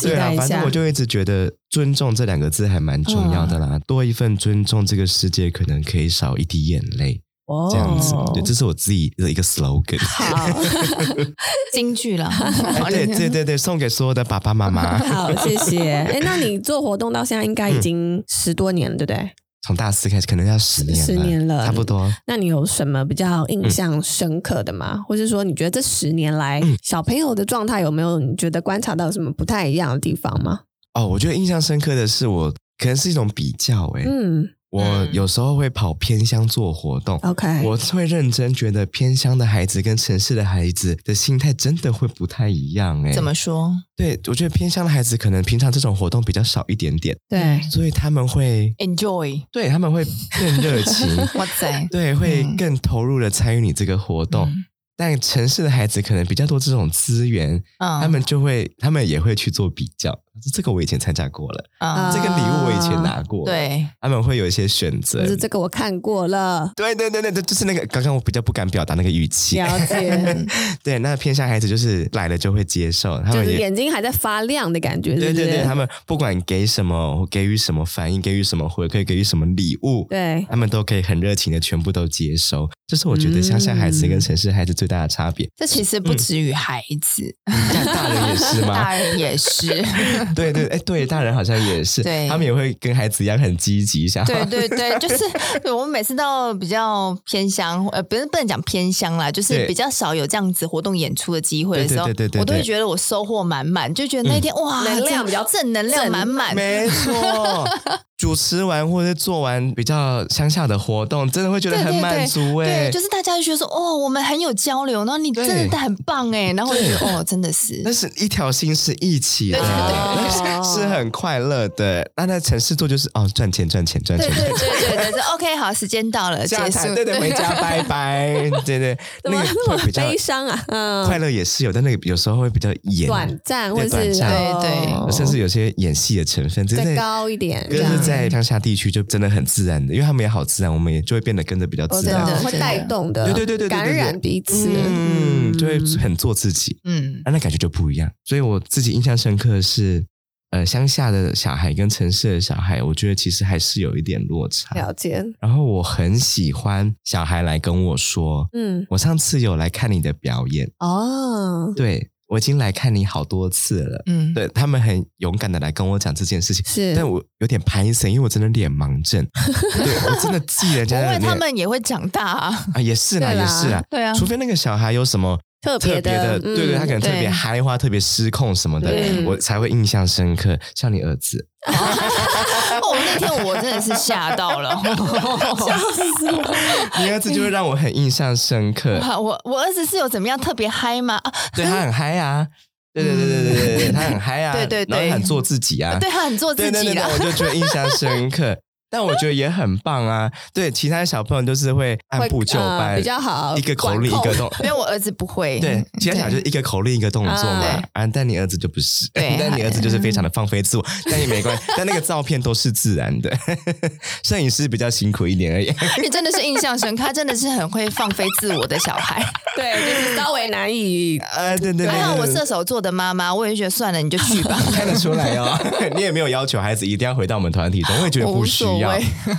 Speaker 2: 期
Speaker 3: 对啊
Speaker 2: 待，一
Speaker 3: 反正
Speaker 2: 下
Speaker 3: 我。就一直觉得“尊重”这两个字还蛮重要
Speaker 1: 嗯
Speaker 3: 的啦，多一份尊重，这个世界可能可以少一滴眼泪，
Speaker 2: 哦
Speaker 3: 这样子。对，这是我自己的一个 slogan。
Speaker 2: 好。
Speaker 1: 京剧啦，
Speaker 3: 哎对对对对，送给所有的爸爸妈妈
Speaker 2: 好，谢谢。 哎，那你做活动到现在应该已经十多年了，对不对？
Speaker 3: 从大四开始，可能要嗯十年了，
Speaker 2: 十年了
Speaker 3: 差不多。
Speaker 2: 那你有什么比较印象深刻的
Speaker 3: 嗯
Speaker 2: 吗？或是说，你觉得这十年来、小朋友的状态有没有你觉得观察到有什么不太一样的地方吗？
Speaker 3: 哦，我觉得印象深刻的是我，可能是一种比较、欸。
Speaker 2: 嗯
Speaker 3: 我
Speaker 1: 嗯
Speaker 3: 有时候会跑偏乡做活动，
Speaker 2: ，OK，
Speaker 3: 我会认真觉得偏乡的孩子跟城市的孩子的心态真的会不太一样哎、
Speaker 1: 怎么说？
Speaker 3: 对，我觉得偏乡的孩子可能平常这种活动比较少一点点，
Speaker 2: 对，
Speaker 3: 所以他们会
Speaker 1: Enjoy，
Speaker 3: 对他们会更热 情，
Speaker 1: 哇 塞，
Speaker 3: 对，会
Speaker 2: 嗯
Speaker 3: 更投入的参与你这个活动。
Speaker 1: 嗯
Speaker 3: 但城市的孩子可能比较多这种资源，
Speaker 2: 哦
Speaker 1: 嗯
Speaker 3: 他们就会，他们也会去做比较，说这个我以前参加过了，
Speaker 1: 啊
Speaker 3: 这个礼物我以前拿过，，
Speaker 1: 对
Speaker 3: 他们会有一些选择
Speaker 2: 可。是这个我看过了，
Speaker 3: 对对对对对，就是那个刚刚我比较不敢表达那个语气，
Speaker 2: 了解，
Speaker 3: 对，那偏向孩子就是来了就会接受，他
Speaker 2: 就
Speaker 3: 们
Speaker 2: 是
Speaker 3: 也
Speaker 2: 眼睛还在发亮的感觉，是
Speaker 3: 对
Speaker 2: 不
Speaker 3: 对
Speaker 2: 是
Speaker 3: 对，他们不管给什么，给予什么反应，给予什么回馈，给予什么礼物，
Speaker 2: 对
Speaker 3: 他们都可以很热情的全部都接收。这是我觉得乡下孩子
Speaker 2: 嗯
Speaker 3: 跟城市孩子最大的差别。
Speaker 1: 这其实不止于孩子，
Speaker 3: 但 大嗯人也是 吗？
Speaker 1: 大人也 是。
Speaker 3: 对对，哎，对，大人好像也是，
Speaker 1: 对
Speaker 3: 他们也会跟孩子一样很积极，想
Speaker 1: 对对对，就是对我们每次到比较偏乡，呃，不是不能讲偏乡啦，就是
Speaker 3: 对
Speaker 1: 比较少有这样子活动演出的机会的时候，
Speaker 3: 对对对对对对嗯
Speaker 1: 我都会觉得我收获满满，就觉得那一天、哇，
Speaker 2: 能量比较
Speaker 1: 正能量满满，
Speaker 3: 没错。主持完或者做完比较乡下的活动，真的会觉得
Speaker 1: 对
Speaker 3: 很
Speaker 1: 对
Speaker 3: 满足哎、
Speaker 1: 对，就是大家就觉得说，哦，我们很有交流，然后你
Speaker 3: 对
Speaker 1: 真的很棒哎，然后我就觉得，哦，真的是
Speaker 3: 那，是一条心是一起的，
Speaker 1: 对对
Speaker 2: 对
Speaker 3: 是很快乐的。那在城市做就是哦，赚钱赚钱 赚
Speaker 1: 对
Speaker 3: 钱，
Speaker 1: 对对对对，对 OK，好，时间到了，结
Speaker 3: 下
Speaker 1: 束
Speaker 3: 台，对对，回家拜拜，对对，
Speaker 2: 怎
Speaker 3: 那
Speaker 2: 么那
Speaker 3: 个
Speaker 2: 么
Speaker 3: 会比较
Speaker 2: 悲伤啊？嗯，
Speaker 3: 快乐也是有，但那个有时候会比较演，
Speaker 2: 短暂或
Speaker 3: 啊对
Speaker 2: 是
Speaker 3: 短暂
Speaker 2: 哦
Speaker 1: 对
Speaker 3: 甚至有些演戏的成分，真
Speaker 2: 再
Speaker 3: 的。
Speaker 2: 高一点，
Speaker 3: 就
Speaker 2: 这
Speaker 3: 是
Speaker 2: 样
Speaker 3: 在乡下地区就真的很自然的，因为他们也好自然，我们也就会变得跟着比较
Speaker 2: 哦
Speaker 3: 自
Speaker 2: 真
Speaker 3: 然。
Speaker 2: 的
Speaker 1: 对
Speaker 2: 会带动的，
Speaker 3: 对对对对对对对
Speaker 2: 感染彼此，
Speaker 3: 嗯，就会很做自己，
Speaker 1: 嗯，
Speaker 3: 啊，那感觉就不一样。所以我自己印象深刻的是，呃，乡下的小孩跟城市的小孩，我觉得其实还是有一点落差。
Speaker 2: 了解，
Speaker 3: 然后我很喜欢小孩来跟我说，
Speaker 2: 嗯，
Speaker 3: 我上次有来看你的表演，
Speaker 2: 哦，
Speaker 3: 对我已经来看你好多次了。
Speaker 1: 嗯，
Speaker 3: 对他们很勇敢的来跟我讲这件事情，
Speaker 2: 是
Speaker 3: 但我有点拍森，因为我真的脸盲 症，对我真的记人
Speaker 1: 不
Speaker 3: 家的
Speaker 1: 会，
Speaker 3: 脸
Speaker 1: 他们也会长大啊，
Speaker 3: 啊，也是啦，
Speaker 2: 对啦
Speaker 3: 也是啦，
Speaker 1: 对啊，
Speaker 3: 除非那个小孩有什么
Speaker 2: 特
Speaker 3: 特别的，对对，他可能特别
Speaker 1: 嗯对嗯
Speaker 3: 嗨或特别失控什么的
Speaker 2: 对，
Speaker 3: 我才会印象深刻。像你儿子，
Speaker 1: 哦，那天我真的是吓到 了，
Speaker 3: 你儿子就会让我很印象深刻。
Speaker 1: 哇，我我儿子是有怎么样特别嗨吗？啊，
Speaker 3: 对他很嗨啊，对对对对对对对，他很嗨啊，
Speaker 1: 嗯对对对
Speaker 3: 然后很做自己啊，
Speaker 1: 对他很做自
Speaker 3: 对对
Speaker 1: 己
Speaker 3: 对 对，
Speaker 1: 啦。
Speaker 3: 我就觉得印象深刻。但我觉得也很棒啊，对，其他小朋友就是会按
Speaker 2: 会
Speaker 3: 部就
Speaker 2: 呃
Speaker 3: 班，
Speaker 2: 比较
Speaker 1: 哦
Speaker 2: 好
Speaker 3: 一个口令一
Speaker 2: 管控
Speaker 3: 个 动。
Speaker 1: 因为我儿子不会，嗯
Speaker 3: 对，其他小孩就是一个口令一个动作嘛
Speaker 1: 啊，
Speaker 3: 啊，但你儿子就不是，
Speaker 1: 对
Speaker 3: 但你儿子就是非常的放飞自我，但也没 关系，但那个照片都是自然的， 摄影师比较辛苦一点 而已。
Speaker 1: 你真的是印象深刻，他真的是很会放飞自我的小孩。
Speaker 2: 对，就是稍微难以
Speaker 3: 啊，对 对对，
Speaker 1: 还好
Speaker 3: 对
Speaker 1: 我
Speaker 3: 对
Speaker 1: 射手座的妈妈，我也觉得算了，你就去吧。
Speaker 3: 看得出 来哦，你也没有要求孩子一定要回到我们团体中，我也觉得不需要
Speaker 1: 我无所谓。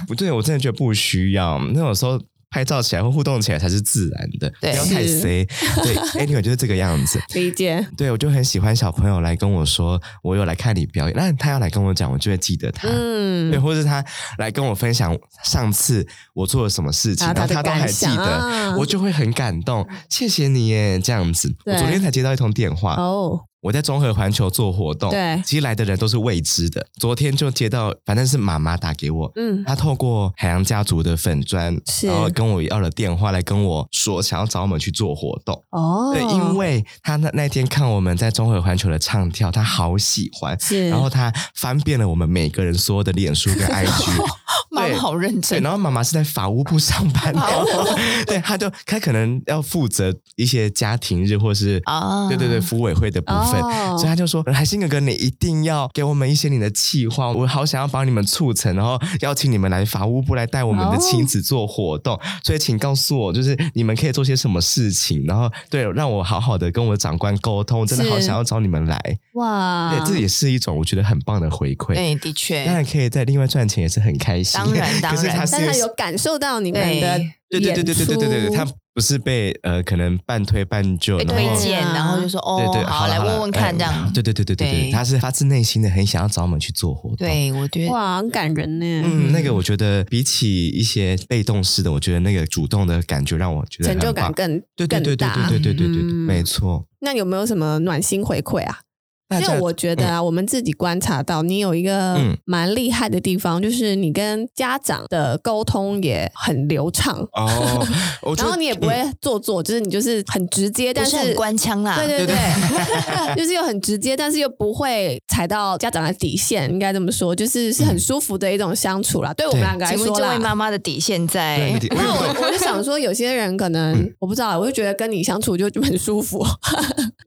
Speaker 3: 不对，我真的觉得不需要。那种时候拍照起来或互动起来才是自然的，
Speaker 1: 对
Speaker 3: 不要太
Speaker 2: 是
Speaker 3: 塞。对，anyway 就是这个样子。
Speaker 2: 理解，
Speaker 3: 对，我就很喜欢小朋友来跟我说，我有来看你表演，那他要来跟我讲，我就会记得他。
Speaker 2: 嗯
Speaker 3: 对，，或是他来跟我分享上次我做了什么事情，
Speaker 2: 啊
Speaker 3: 然
Speaker 2: 他
Speaker 3: 后
Speaker 2: 的
Speaker 3: 他都还
Speaker 2: 感
Speaker 3: 记
Speaker 2: 想
Speaker 3: 得
Speaker 2: 啊，嗯
Speaker 3: 我就会很感动，谢谢你耶，这样子。我
Speaker 2: 对
Speaker 3: 昨天才接到一通电话，
Speaker 2: 哦，
Speaker 3: 我在综合环球做活动，
Speaker 2: 对
Speaker 3: 其实来的人都是未知的。昨天就接到，反正是妈妈打给我，
Speaker 2: 嗯，
Speaker 3: 她透过海洋家族的粉砖，
Speaker 2: 是
Speaker 3: 然后跟我要了电话来跟我说，想要找我们去做活动。
Speaker 2: 哦，
Speaker 3: 对，因为她那那天看我们在综合环球的唱跳，她好喜欢。
Speaker 2: 是，
Speaker 3: 然后她翻遍了我们每个人所有的脸书 跟
Speaker 2: 哦
Speaker 3: IG，
Speaker 1: 妈妈好认
Speaker 3: 对，
Speaker 1: 真，
Speaker 3: 然后妈妈是在法务部上班
Speaker 1: 法务
Speaker 3: 的， 对，她就她可能要负责一些家庭日或是
Speaker 1: 啊
Speaker 3: 对对对，服委会的部分，
Speaker 2: 哦
Speaker 3: 所以他就说：“海信哥哥，你一定要给我们一些你的计划，我好想要把你们促成，然后邀请你们来法务部来带我们的亲子做活动。所以请告诉我，就是你们可以做些什么事情，然后对，让我好好的跟我长官沟通。我真的好
Speaker 2: 是啊
Speaker 3: 想要找你们来，
Speaker 2: 哇，
Speaker 3: 对，这也是一种我觉得很棒的回馈。
Speaker 1: 对，的
Speaker 3: 当
Speaker 1: 确，
Speaker 3: 然可以在另外赚钱，也是很开心。
Speaker 1: 当然
Speaker 3: 可
Speaker 1: 当
Speaker 3: 是
Speaker 1: 然
Speaker 3: 他是
Speaker 2: 但他有感受到你们的
Speaker 1: 对
Speaker 3: 对对对对对对对对对，
Speaker 2: 演出
Speaker 3: 他不是被呃可能半推半就，
Speaker 1: 被
Speaker 3: 然
Speaker 1: 推
Speaker 3: 后。
Speaker 1: 荐，
Speaker 2: 啊
Speaker 1: 然后就说
Speaker 3: 对对
Speaker 1: 哦，，
Speaker 3: 好
Speaker 1: 好，
Speaker 3: 了
Speaker 1: 来
Speaker 3: 好了
Speaker 1: 问问看
Speaker 3: 哎
Speaker 1: 这样。
Speaker 3: 对对对对对对，
Speaker 1: 对
Speaker 3: 他是发自内心的很想要找我们去做活动。，
Speaker 1: 对，我觉得
Speaker 2: 哇，很感人呢，
Speaker 3: 嗯，那个我觉得比起一些被动式的，我觉得那个主动的感觉让我觉得
Speaker 2: 成
Speaker 3: 很
Speaker 2: 就
Speaker 3: 棒
Speaker 2: 感更
Speaker 3: 对对对
Speaker 2: 更
Speaker 3: 对
Speaker 2: 大
Speaker 3: 对对对对对，
Speaker 2: 嗯
Speaker 3: 没错。
Speaker 2: 那有没有什么暖心回馈啊？
Speaker 3: 大
Speaker 2: 因
Speaker 3: 家
Speaker 2: 为我觉得啊，我们自己观察到，你有一个
Speaker 3: 嗯
Speaker 2: 蛮厉害的地方，就是你跟家长的沟通也很流畅，
Speaker 3: 哦，我觉
Speaker 2: 然后
Speaker 3: 得
Speaker 2: 你也不会做作，就是你就是很直接，
Speaker 1: 不
Speaker 2: 但是
Speaker 1: 很啊官腔啦，
Speaker 2: 对对
Speaker 3: 对
Speaker 2: 对，就是又很直接，但是又不会踩到家长的底线，应该这么说，就是是很舒服的一种相处啦。对我们两个来
Speaker 1: 请问
Speaker 2: 说
Speaker 1: 这位
Speaker 2: 啦。
Speaker 1: 妈妈的底线
Speaker 3: 对
Speaker 1: 在
Speaker 3: 你？
Speaker 2: 欸 那我我就想说，有些人可能、
Speaker 3: 嗯
Speaker 2: 我不知道，我就觉得跟你相处就很舒服，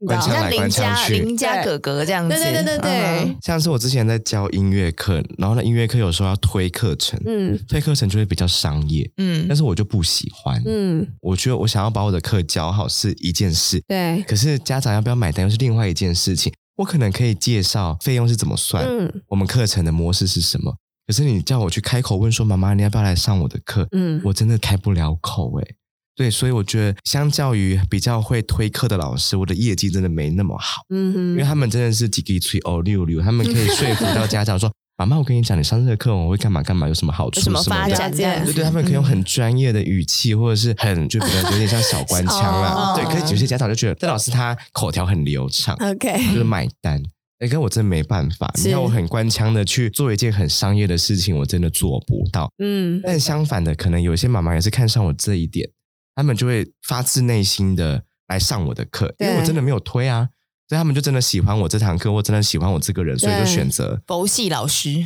Speaker 2: 你知
Speaker 3: 关
Speaker 2: 道
Speaker 3: 腔
Speaker 1: 那
Speaker 3: 来
Speaker 1: 邻
Speaker 3: 关腔
Speaker 1: 家
Speaker 3: 去
Speaker 1: 邻家哥
Speaker 2: 对
Speaker 1: 哥格这样子。
Speaker 2: 对对对对对，
Speaker 3: 像是我之前在教音乐课，然后呢，音乐课有时候要推课程，
Speaker 2: 嗯
Speaker 3: 推课程就会比较商业，
Speaker 1: 嗯，嗯，
Speaker 3: 但是我就不喜欢。
Speaker 2: 嗯，
Speaker 3: 我觉得我想要把我的课教好是一件事，
Speaker 2: 对，
Speaker 3: 可是家长要不要买单又是另外一件事情。我可能可以介绍费用是怎么算，
Speaker 2: 嗯
Speaker 3: 我们课程的模式是什么，可是你叫我去开口问说妈妈你要不要来上我的课，
Speaker 2: 嗯，
Speaker 3: 我真的开不了口诶、对，所以我觉得相较于比较会推课的老师，我的业绩真的没那么好。因
Speaker 2: 嗯
Speaker 3: 为
Speaker 2: 哼，
Speaker 3: 他们真的是几个吹哦六六，他们可以说服到家长说：“妈妈，我跟你讲，你上这个课我会干嘛干嘛，有什么好处
Speaker 1: 有什么
Speaker 3: 么
Speaker 1: 发
Speaker 3: 的。
Speaker 1: 展这样
Speaker 2: 对
Speaker 1: 子？
Speaker 3: 对对，他们可以用很专业的语气，或者是很就比较有点像小官腔
Speaker 2: 哦
Speaker 3: 啦。对，可是有些家长就觉得，这老师他口条很流畅，就
Speaker 2: OK，
Speaker 3: 是买单。哎，跟我真没办法，
Speaker 2: 嗯是
Speaker 3: 你要我很官腔的去做一件很商业的事情，我真的做不到。
Speaker 2: 嗯
Speaker 3: 但相反的，可能有些妈妈也是看上我这一点，他们就会发自内心的来上我的课，因为
Speaker 2: 对
Speaker 3: 我真的没有推啊，所以他们就真的喜欢我这堂课，或真的喜欢我这个人，所以就
Speaker 2: 对
Speaker 3: 选择
Speaker 1: 佛系老师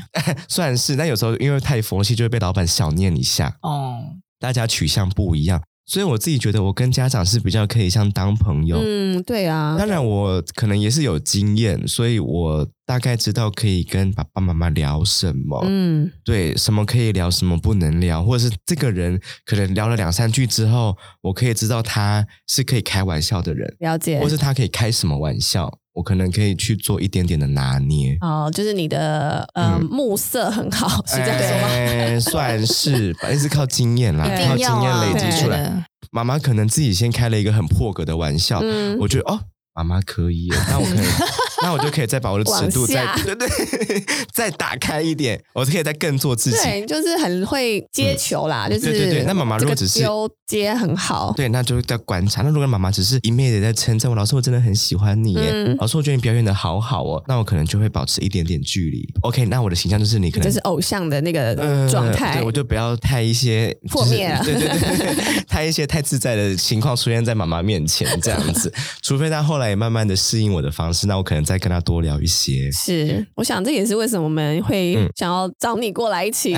Speaker 3: 算是。但有时候因为太佛系，就会被老板小念一下，
Speaker 1: 哦，
Speaker 3: 大家取向不一样，所以我自己觉得我跟家长是比较可以像当朋友。
Speaker 2: 嗯，对啊，
Speaker 3: 当然，我可能也是有经验，所以我大概知道可以跟爸爸妈妈聊什么。
Speaker 2: 嗯
Speaker 3: 对，什么可以聊，什么不能聊，或者是这个人可能聊了两三句之后，我可以知道他是可以开玩笑的人，
Speaker 2: 了解
Speaker 3: 或，是他可以开什么玩笑，我可能可以去做一点点的拿捏。
Speaker 2: 哦，就是你的呃
Speaker 3: 嗯
Speaker 2: 目色很好， 是这样说吗？
Speaker 3: 哎，算是吧，也是靠经验啦，
Speaker 2: 对
Speaker 3: 靠经验累
Speaker 2: 啊对
Speaker 3: 积出
Speaker 1: 对
Speaker 3: 来。
Speaker 1: 的
Speaker 3: 妈妈可能自己先开了一个很破格的玩笑，
Speaker 2: 嗯，
Speaker 3: 我觉得哦，妈妈可以耶，那我可以， 那我就可以再把我的尺度再
Speaker 2: 往下
Speaker 3: 对对，再打开一点，我就可以再更做自己。嗯
Speaker 2: 对，就是很会接球啦，就是
Speaker 3: 对对对那妈妈
Speaker 2: 这
Speaker 3: 如
Speaker 2: 个
Speaker 3: 果只是
Speaker 2: 丢接很好，
Speaker 3: 对，那就是在观察。那如果妈妈只是一昧的在称赞我，老师我真的很喜欢你耶，
Speaker 2: 嗯
Speaker 3: 老师我觉得你表演的好好哦，那我可能就会保持一点点距离。OK，那我的形象就是你可能
Speaker 2: 就是偶像的那个
Speaker 3: 呃
Speaker 2: 状态
Speaker 3: 对，我就不要太一些
Speaker 2: 破
Speaker 3: 就是
Speaker 2: 灭了
Speaker 3: 对对对，太一些太自在的情况出现在妈妈面前这样子。除非她后来也慢慢的适应我的方式，那我可能再跟她多聊一些。
Speaker 2: 是，我想这也是为什么我们会
Speaker 3: 嗯
Speaker 2: 想要找你过来一 起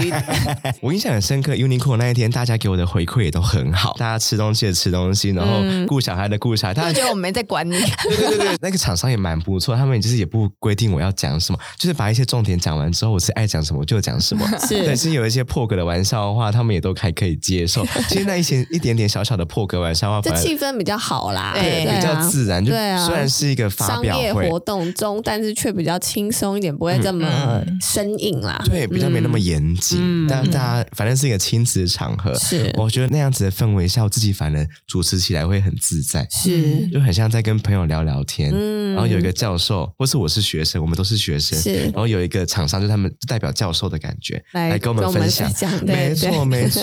Speaker 3: 我印象很深刻，Uniqlo 那一天大家给我的回馈也都很好，大家吃东西的吃东西，然后
Speaker 2: 嗯
Speaker 3: 顾小孩的顾小孩，大
Speaker 1: 他
Speaker 3: 家
Speaker 1: 觉得我们没在管你，
Speaker 3: 对对对对，那个厂商也蛮不错，他们就是也不规定我要讲什么，就是把一些重点讲完之后，我是爱讲什么就讲什么。对，
Speaker 2: 是
Speaker 3: 是有一些破格的玩笑的话，他们也都还可以接 受。其实那一些一点点小小的破格玩笑话，
Speaker 2: 这
Speaker 3: 反而
Speaker 2: 气氛比较好啦，
Speaker 1: 对
Speaker 2: 啊
Speaker 3: 比较自然，就
Speaker 2: 对啊
Speaker 3: 虽然是一个发
Speaker 2: 商
Speaker 3: 表
Speaker 2: 业
Speaker 3: 会，
Speaker 2: 活动中，但是却比较轻松一点，不会这么
Speaker 1: 嗯
Speaker 2: 生硬啦。
Speaker 3: 对，比较没那么
Speaker 2: 嗯
Speaker 3: 严谨，
Speaker 2: 嗯
Speaker 3: 但大家反正是一个亲子场合，
Speaker 2: 是
Speaker 3: 我觉得那样子的氛围下，我自己反而主持起来会很自在，
Speaker 2: 是，
Speaker 3: 就很像在跟朋友聊聊天。
Speaker 2: 嗯
Speaker 3: 然后有一个教授，或是我是学生，我们都是学生，
Speaker 2: 是
Speaker 3: 然后有一个厂商，就他们代表教授的感觉
Speaker 2: 来
Speaker 3: 跟我们分享。
Speaker 2: 对
Speaker 3: 没错，
Speaker 2: 对
Speaker 3: 没错，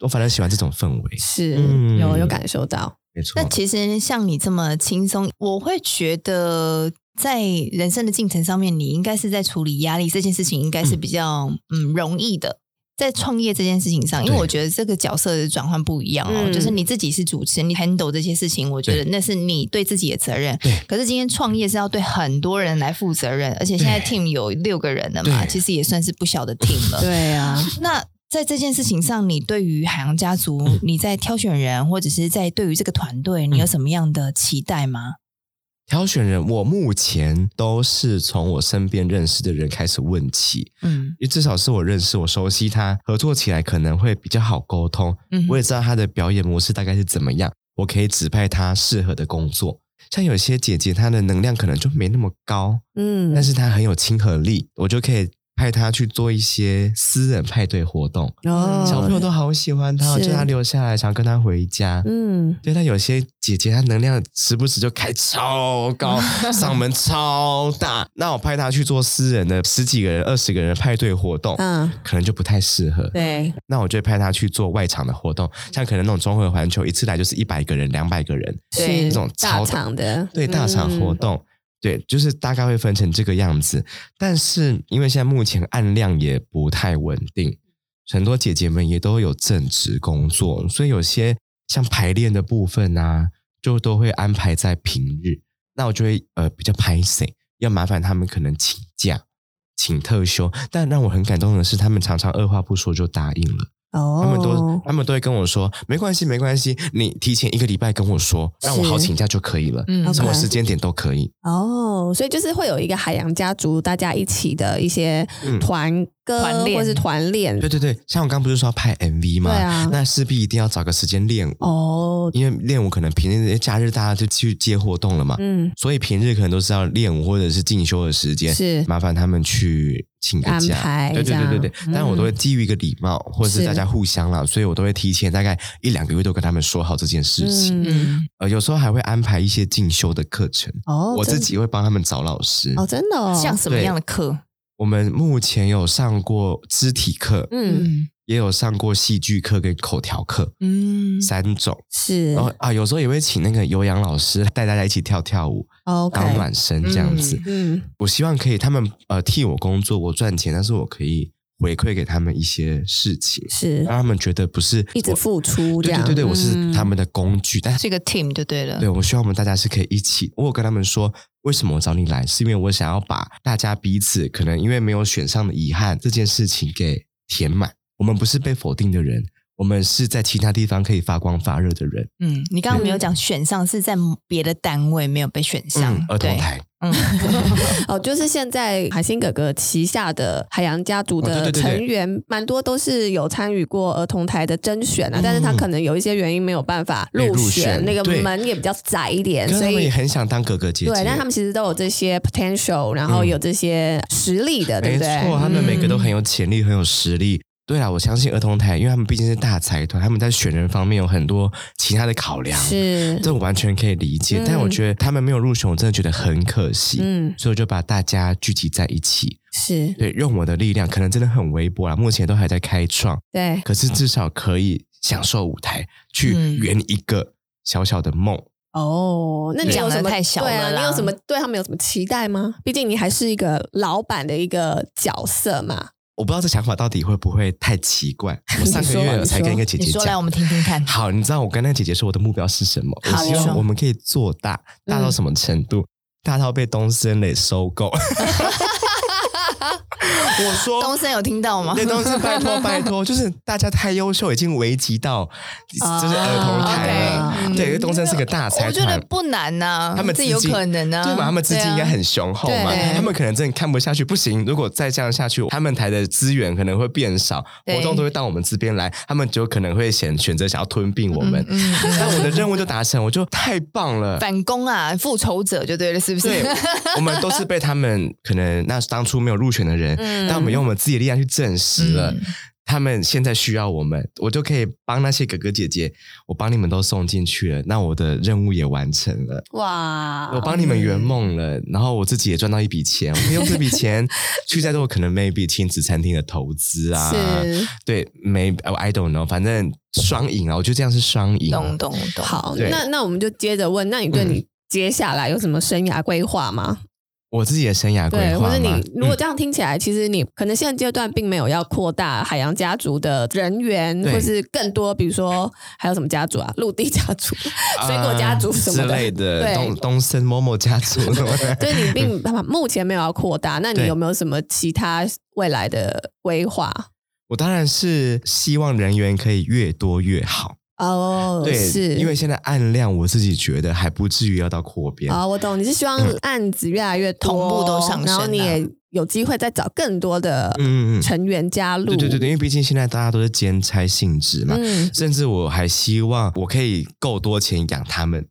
Speaker 3: 我反正喜欢这种氛围。
Speaker 2: 是
Speaker 3: 嗯
Speaker 2: 有有感受到，
Speaker 3: 没错
Speaker 1: 那，其实像你这么轻松，我会觉得在人生的进程上面，你应该是在处理压力这件事情，应该是比较嗯容易的。在创业这件事情上，因为
Speaker 3: 对
Speaker 1: 我觉得这个角色的转换不一样哦，
Speaker 2: 嗯
Speaker 1: 就是你自己是主持人，你 handle 这些事情，我觉得那是你对自己的责任。
Speaker 3: 对
Speaker 1: 可是今天创业是要对很多人来负责任，而且现在
Speaker 3: 对
Speaker 1: team 有六个人了嘛，
Speaker 3: 对
Speaker 1: 其实也算是不小的 team 了。
Speaker 2: 对啊，
Speaker 1: 那在这件事情上，你对于海洋家族，
Speaker 3: 嗯
Speaker 1: 你在挑选人，或者是在对于这个团队，你有什么样的期待吗？
Speaker 3: 挑选人，我目前都是从我身边认识的人开始问起，
Speaker 1: 嗯
Speaker 3: 因为至少是我认识、我熟悉他，合作起来可能会比较好沟通。
Speaker 1: 嗯
Speaker 3: 我也知道他的表演模式大概是怎么样，我可以指派他适合的工作。像有些姐姐，她的能量可能就没那么高，
Speaker 2: 嗯，
Speaker 3: 但是她很有亲和力，我就可以派她去做一些私人派对活动。
Speaker 2: 哦
Speaker 3: 小朋友都好喜欢她哦，
Speaker 2: 是
Speaker 3: 叫她留下来，想要跟她回家。
Speaker 2: 嗯
Speaker 3: 对，但有些姐姐她能量时不时就开超 高，嗓门超大，那我派她去做私人的十几个人、二十个人的派对活动，
Speaker 2: 嗯，
Speaker 3: 可能就不太适合。
Speaker 2: 对，
Speaker 3: 那我就会派她去做外场的活动，像可能那种综合环球一次来就是一百个人、两百个人，
Speaker 1: 对
Speaker 2: 是
Speaker 3: 这种
Speaker 2: 大
Speaker 3: 超
Speaker 2: 场的，
Speaker 3: 对大场活
Speaker 2: 嗯，
Speaker 3: 动。对，就是大概会分成这个样子，但是因为现在目前案量也不太稳定，很多姐姐们也都有正职工作，所以有些像排练的部分啊，就都会安排在平日。那我就会呃比较拍谁，要麻烦他们可能请假、请特休。但让我很感动的是，他们常常二话不说就答应了。
Speaker 2: 哦，
Speaker 3: 他们都他们都会跟我说，没关系，没关系，你提前一个礼拜跟我说，让我
Speaker 2: 是
Speaker 3: 好请假就可以了，
Speaker 1: 嗯
Speaker 3: 什么
Speaker 2: OK
Speaker 3: 时间点都可以。
Speaker 2: 哦，所以就是会有一个海洋家族大家一起的一些
Speaker 3: 嗯
Speaker 2: 团歌
Speaker 1: 团练
Speaker 2: 或是团练
Speaker 3: 对，对对，像我刚不是说要拍 MV 吗？
Speaker 2: 对啊
Speaker 3: 那势必一定要找个时间练舞，
Speaker 2: 哦，
Speaker 3: 因为练舞可能平日假日大家就去接活动了嘛，
Speaker 2: 嗯，
Speaker 3: 所以平日可能都是要练舞或者是进修的时间，
Speaker 2: 是
Speaker 3: 麻烦他们去请个
Speaker 2: 安
Speaker 3: 假。
Speaker 2: 排
Speaker 3: 对
Speaker 2: 这
Speaker 3: 对
Speaker 2: 样，
Speaker 3: 对对对，但我都会
Speaker 2: 嗯
Speaker 3: 基于一个礼貌，或是
Speaker 2: 是
Speaker 3: 大家互相啦，所以我都会提前大概一两个月都跟他们说好这件事情。
Speaker 2: 嗯，
Speaker 1: 嗯，
Speaker 3: 呃，有时候还会安排一些进修的课程，
Speaker 2: 哦，
Speaker 3: 我自
Speaker 2: 真
Speaker 3: 己会帮他们找老师。
Speaker 2: 哦，真的哦，
Speaker 1: 像什么样的课？
Speaker 3: 我们目前有上过肢体课，
Speaker 2: 嗯
Speaker 3: 也有上过戏剧课跟口条课
Speaker 1: 嗯，
Speaker 3: 三种。
Speaker 2: 是
Speaker 3: 然后啊，有时候也会请那个有氧老师带大家一起跳跳舞，
Speaker 2: ，OK，
Speaker 3: 当暖身这样子。
Speaker 2: 嗯，
Speaker 3: 我希望可以他们呃替我工作，我赚钱，但是我可以回馈给他们一些事情，
Speaker 2: 是
Speaker 3: 让他们觉得不是
Speaker 2: 一直
Speaker 3: 我
Speaker 2: 付出这
Speaker 3: 对
Speaker 2: 样，
Speaker 3: 对对对，我是
Speaker 2: 嗯
Speaker 3: 他们的工具，但是
Speaker 1: 是一个 team 就对了。
Speaker 3: 对我希望我们大家是可以一起。我有跟他们说，为什么我找你来，是因为我想要把大家彼此可能因为没有选上的遗憾这件事情给填满。我们不是被否定的人，我们是在其他地方可以发光发热的人。
Speaker 1: 嗯，你刚刚没有讲选上是在别的单位没有被选上，
Speaker 3: 儿童
Speaker 1: 对，
Speaker 3: 台，
Speaker 1: 嗯，
Speaker 2: 哦，就是现在海星哥哥旗下的海洋家族
Speaker 3: 哦对
Speaker 2: 的
Speaker 3: 对对对
Speaker 2: 成员，蛮多都是有参与过儿童台的甄选啊，但是他可能有一些原因没有办法
Speaker 3: 嗯被入
Speaker 2: 选，
Speaker 3: 选
Speaker 2: 那个
Speaker 3: 对
Speaker 2: 门也比较窄一点，
Speaker 3: 可是
Speaker 2: 呃所
Speaker 3: 他们也
Speaker 2: 以。
Speaker 3: 很想当哥哥姐姐。
Speaker 2: 对，但他们其实都有这些 potential，然后
Speaker 3: 嗯
Speaker 2: 有这些实力的，对
Speaker 3: 没
Speaker 2: 不对？
Speaker 3: 错，他们每个都
Speaker 1: 嗯
Speaker 3: 很有潜力，很有实力。对啦，我相信儿童台，因为他们毕竟是大财团，他们在选人方面有很多其他的考量，
Speaker 2: 是，
Speaker 3: 这我完全可以理解。
Speaker 2: 嗯
Speaker 3: 但我觉得他们没有入选，我真的觉得很可惜。
Speaker 2: 嗯，
Speaker 3: 所以我就把大家聚集在一起，
Speaker 2: 是
Speaker 3: 对，用我的力量，可能真的很微薄啦，啊目前都还在开创，
Speaker 2: 对，
Speaker 3: 可是至少可以享受舞台，去
Speaker 1: 嗯
Speaker 3: 圆一个小小的梦。
Speaker 2: 哦，那你
Speaker 1: 讲
Speaker 2: 有
Speaker 1: 得
Speaker 2: 什么
Speaker 1: 太小
Speaker 2: 对啊，
Speaker 1: 了啦
Speaker 2: 你有什么对他们有什么期待吗？毕竟你还是一个老板的一个角色嘛。
Speaker 3: 我不知道这想法到底会不会太奇 怪。我上
Speaker 2: 你
Speaker 3: 个
Speaker 2: 说
Speaker 3: 月
Speaker 2: 你
Speaker 3: 才跟一个姐
Speaker 1: 你
Speaker 3: 姐
Speaker 1: 说来我
Speaker 3: 讲。
Speaker 1: 们听听看。
Speaker 3: 好，你知道我跟那个姐姐说我的目标是什么？我
Speaker 1: 好
Speaker 3: 希
Speaker 1: 你说嗯
Speaker 3: 望我们可以做大，大到什么程度？大到被东森磊 收购。我说
Speaker 1: 东森有听到吗？
Speaker 3: 那东西拜托拜托，就是大家太优秀，已经危及到就是儿童台了。
Speaker 1: 啊，OK
Speaker 3: 对，因为东森是个大财
Speaker 1: 我觉得
Speaker 3: 团。
Speaker 1: 不难呐、
Speaker 3: 他们
Speaker 1: 这
Speaker 3: 资
Speaker 1: 有
Speaker 3: 金
Speaker 1: 可能啊，
Speaker 3: 对嘛？他们资金
Speaker 1: 对啊
Speaker 3: 应该很雄厚嘛
Speaker 1: 啊
Speaker 2: 对，
Speaker 3: 他们可能真的看不下去，不行。如果再这样下去，他们台的资源可能会变少，
Speaker 1: 对
Speaker 3: 活动都会到我们这边来，他们就可能会选选择想要吞并我们。
Speaker 1: 嗯嗯
Speaker 3: 但我的任务就达成，我就太棒 了。
Speaker 1: 反攻啊，复仇者就对了，是不是？
Speaker 3: 对，我们都是被他们可能那当初没有入选 的人，
Speaker 2: 嗯
Speaker 3: 但我们用我们自己的力量去证实了。
Speaker 1: 嗯
Speaker 3: 他们现在需要我们，我就可以帮那些哥哥姐姐，我帮你们都送进去了，那我的任务也完成了，
Speaker 2: 哇
Speaker 3: 我帮你们圆梦了，然后我自己也赚到一笔钱，我可以用这 笔钱去再做可能 maybe 亲子餐厅的投资啊，
Speaker 2: 是
Speaker 3: 对，没呃 I don't know，反正双赢啊，我觉得这样是双赢。
Speaker 1: 懂懂懂。
Speaker 2: 好。
Speaker 3: 对嗯
Speaker 2: 那那我们就接着问，那你对你接下来有什么生涯规划吗？
Speaker 3: 我自己的生涯规
Speaker 2: 对，或
Speaker 3: 划嗯
Speaker 2: 者你
Speaker 3: 嘛，
Speaker 2: 如果这样听起来，其实你可能现阶段并没有要扩大海洋家族的人员，
Speaker 3: 对
Speaker 2: 或是更多，比如说还有什么家族啊，陆地家族、
Speaker 3: 啊
Speaker 2: 水果家族什么
Speaker 3: 之
Speaker 2: 的
Speaker 3: 类的，
Speaker 2: 对
Speaker 3: 东东森某某家族什 么的
Speaker 2: 所以你 并目前没有要扩大，那你
Speaker 3: 对
Speaker 2: 有没有什么其他未来的规划？
Speaker 3: 我当然是希望人员可以越多越好。
Speaker 2: 哦，
Speaker 3: 对，
Speaker 2: 是
Speaker 3: 因为现在按量，我自己觉得还不至于要到扩编。
Speaker 2: 哦，我懂，你是希望案子越来越多
Speaker 1: 同步都上升啊
Speaker 2: 然后你也有机会再找更多的
Speaker 3: 嗯嗯嗯，
Speaker 2: 成员加入。
Speaker 3: 对对对对，因为毕竟现在大家都是兼差性质嘛，
Speaker 2: 嗯，
Speaker 3: 甚至我还希望我可以够多钱养他们，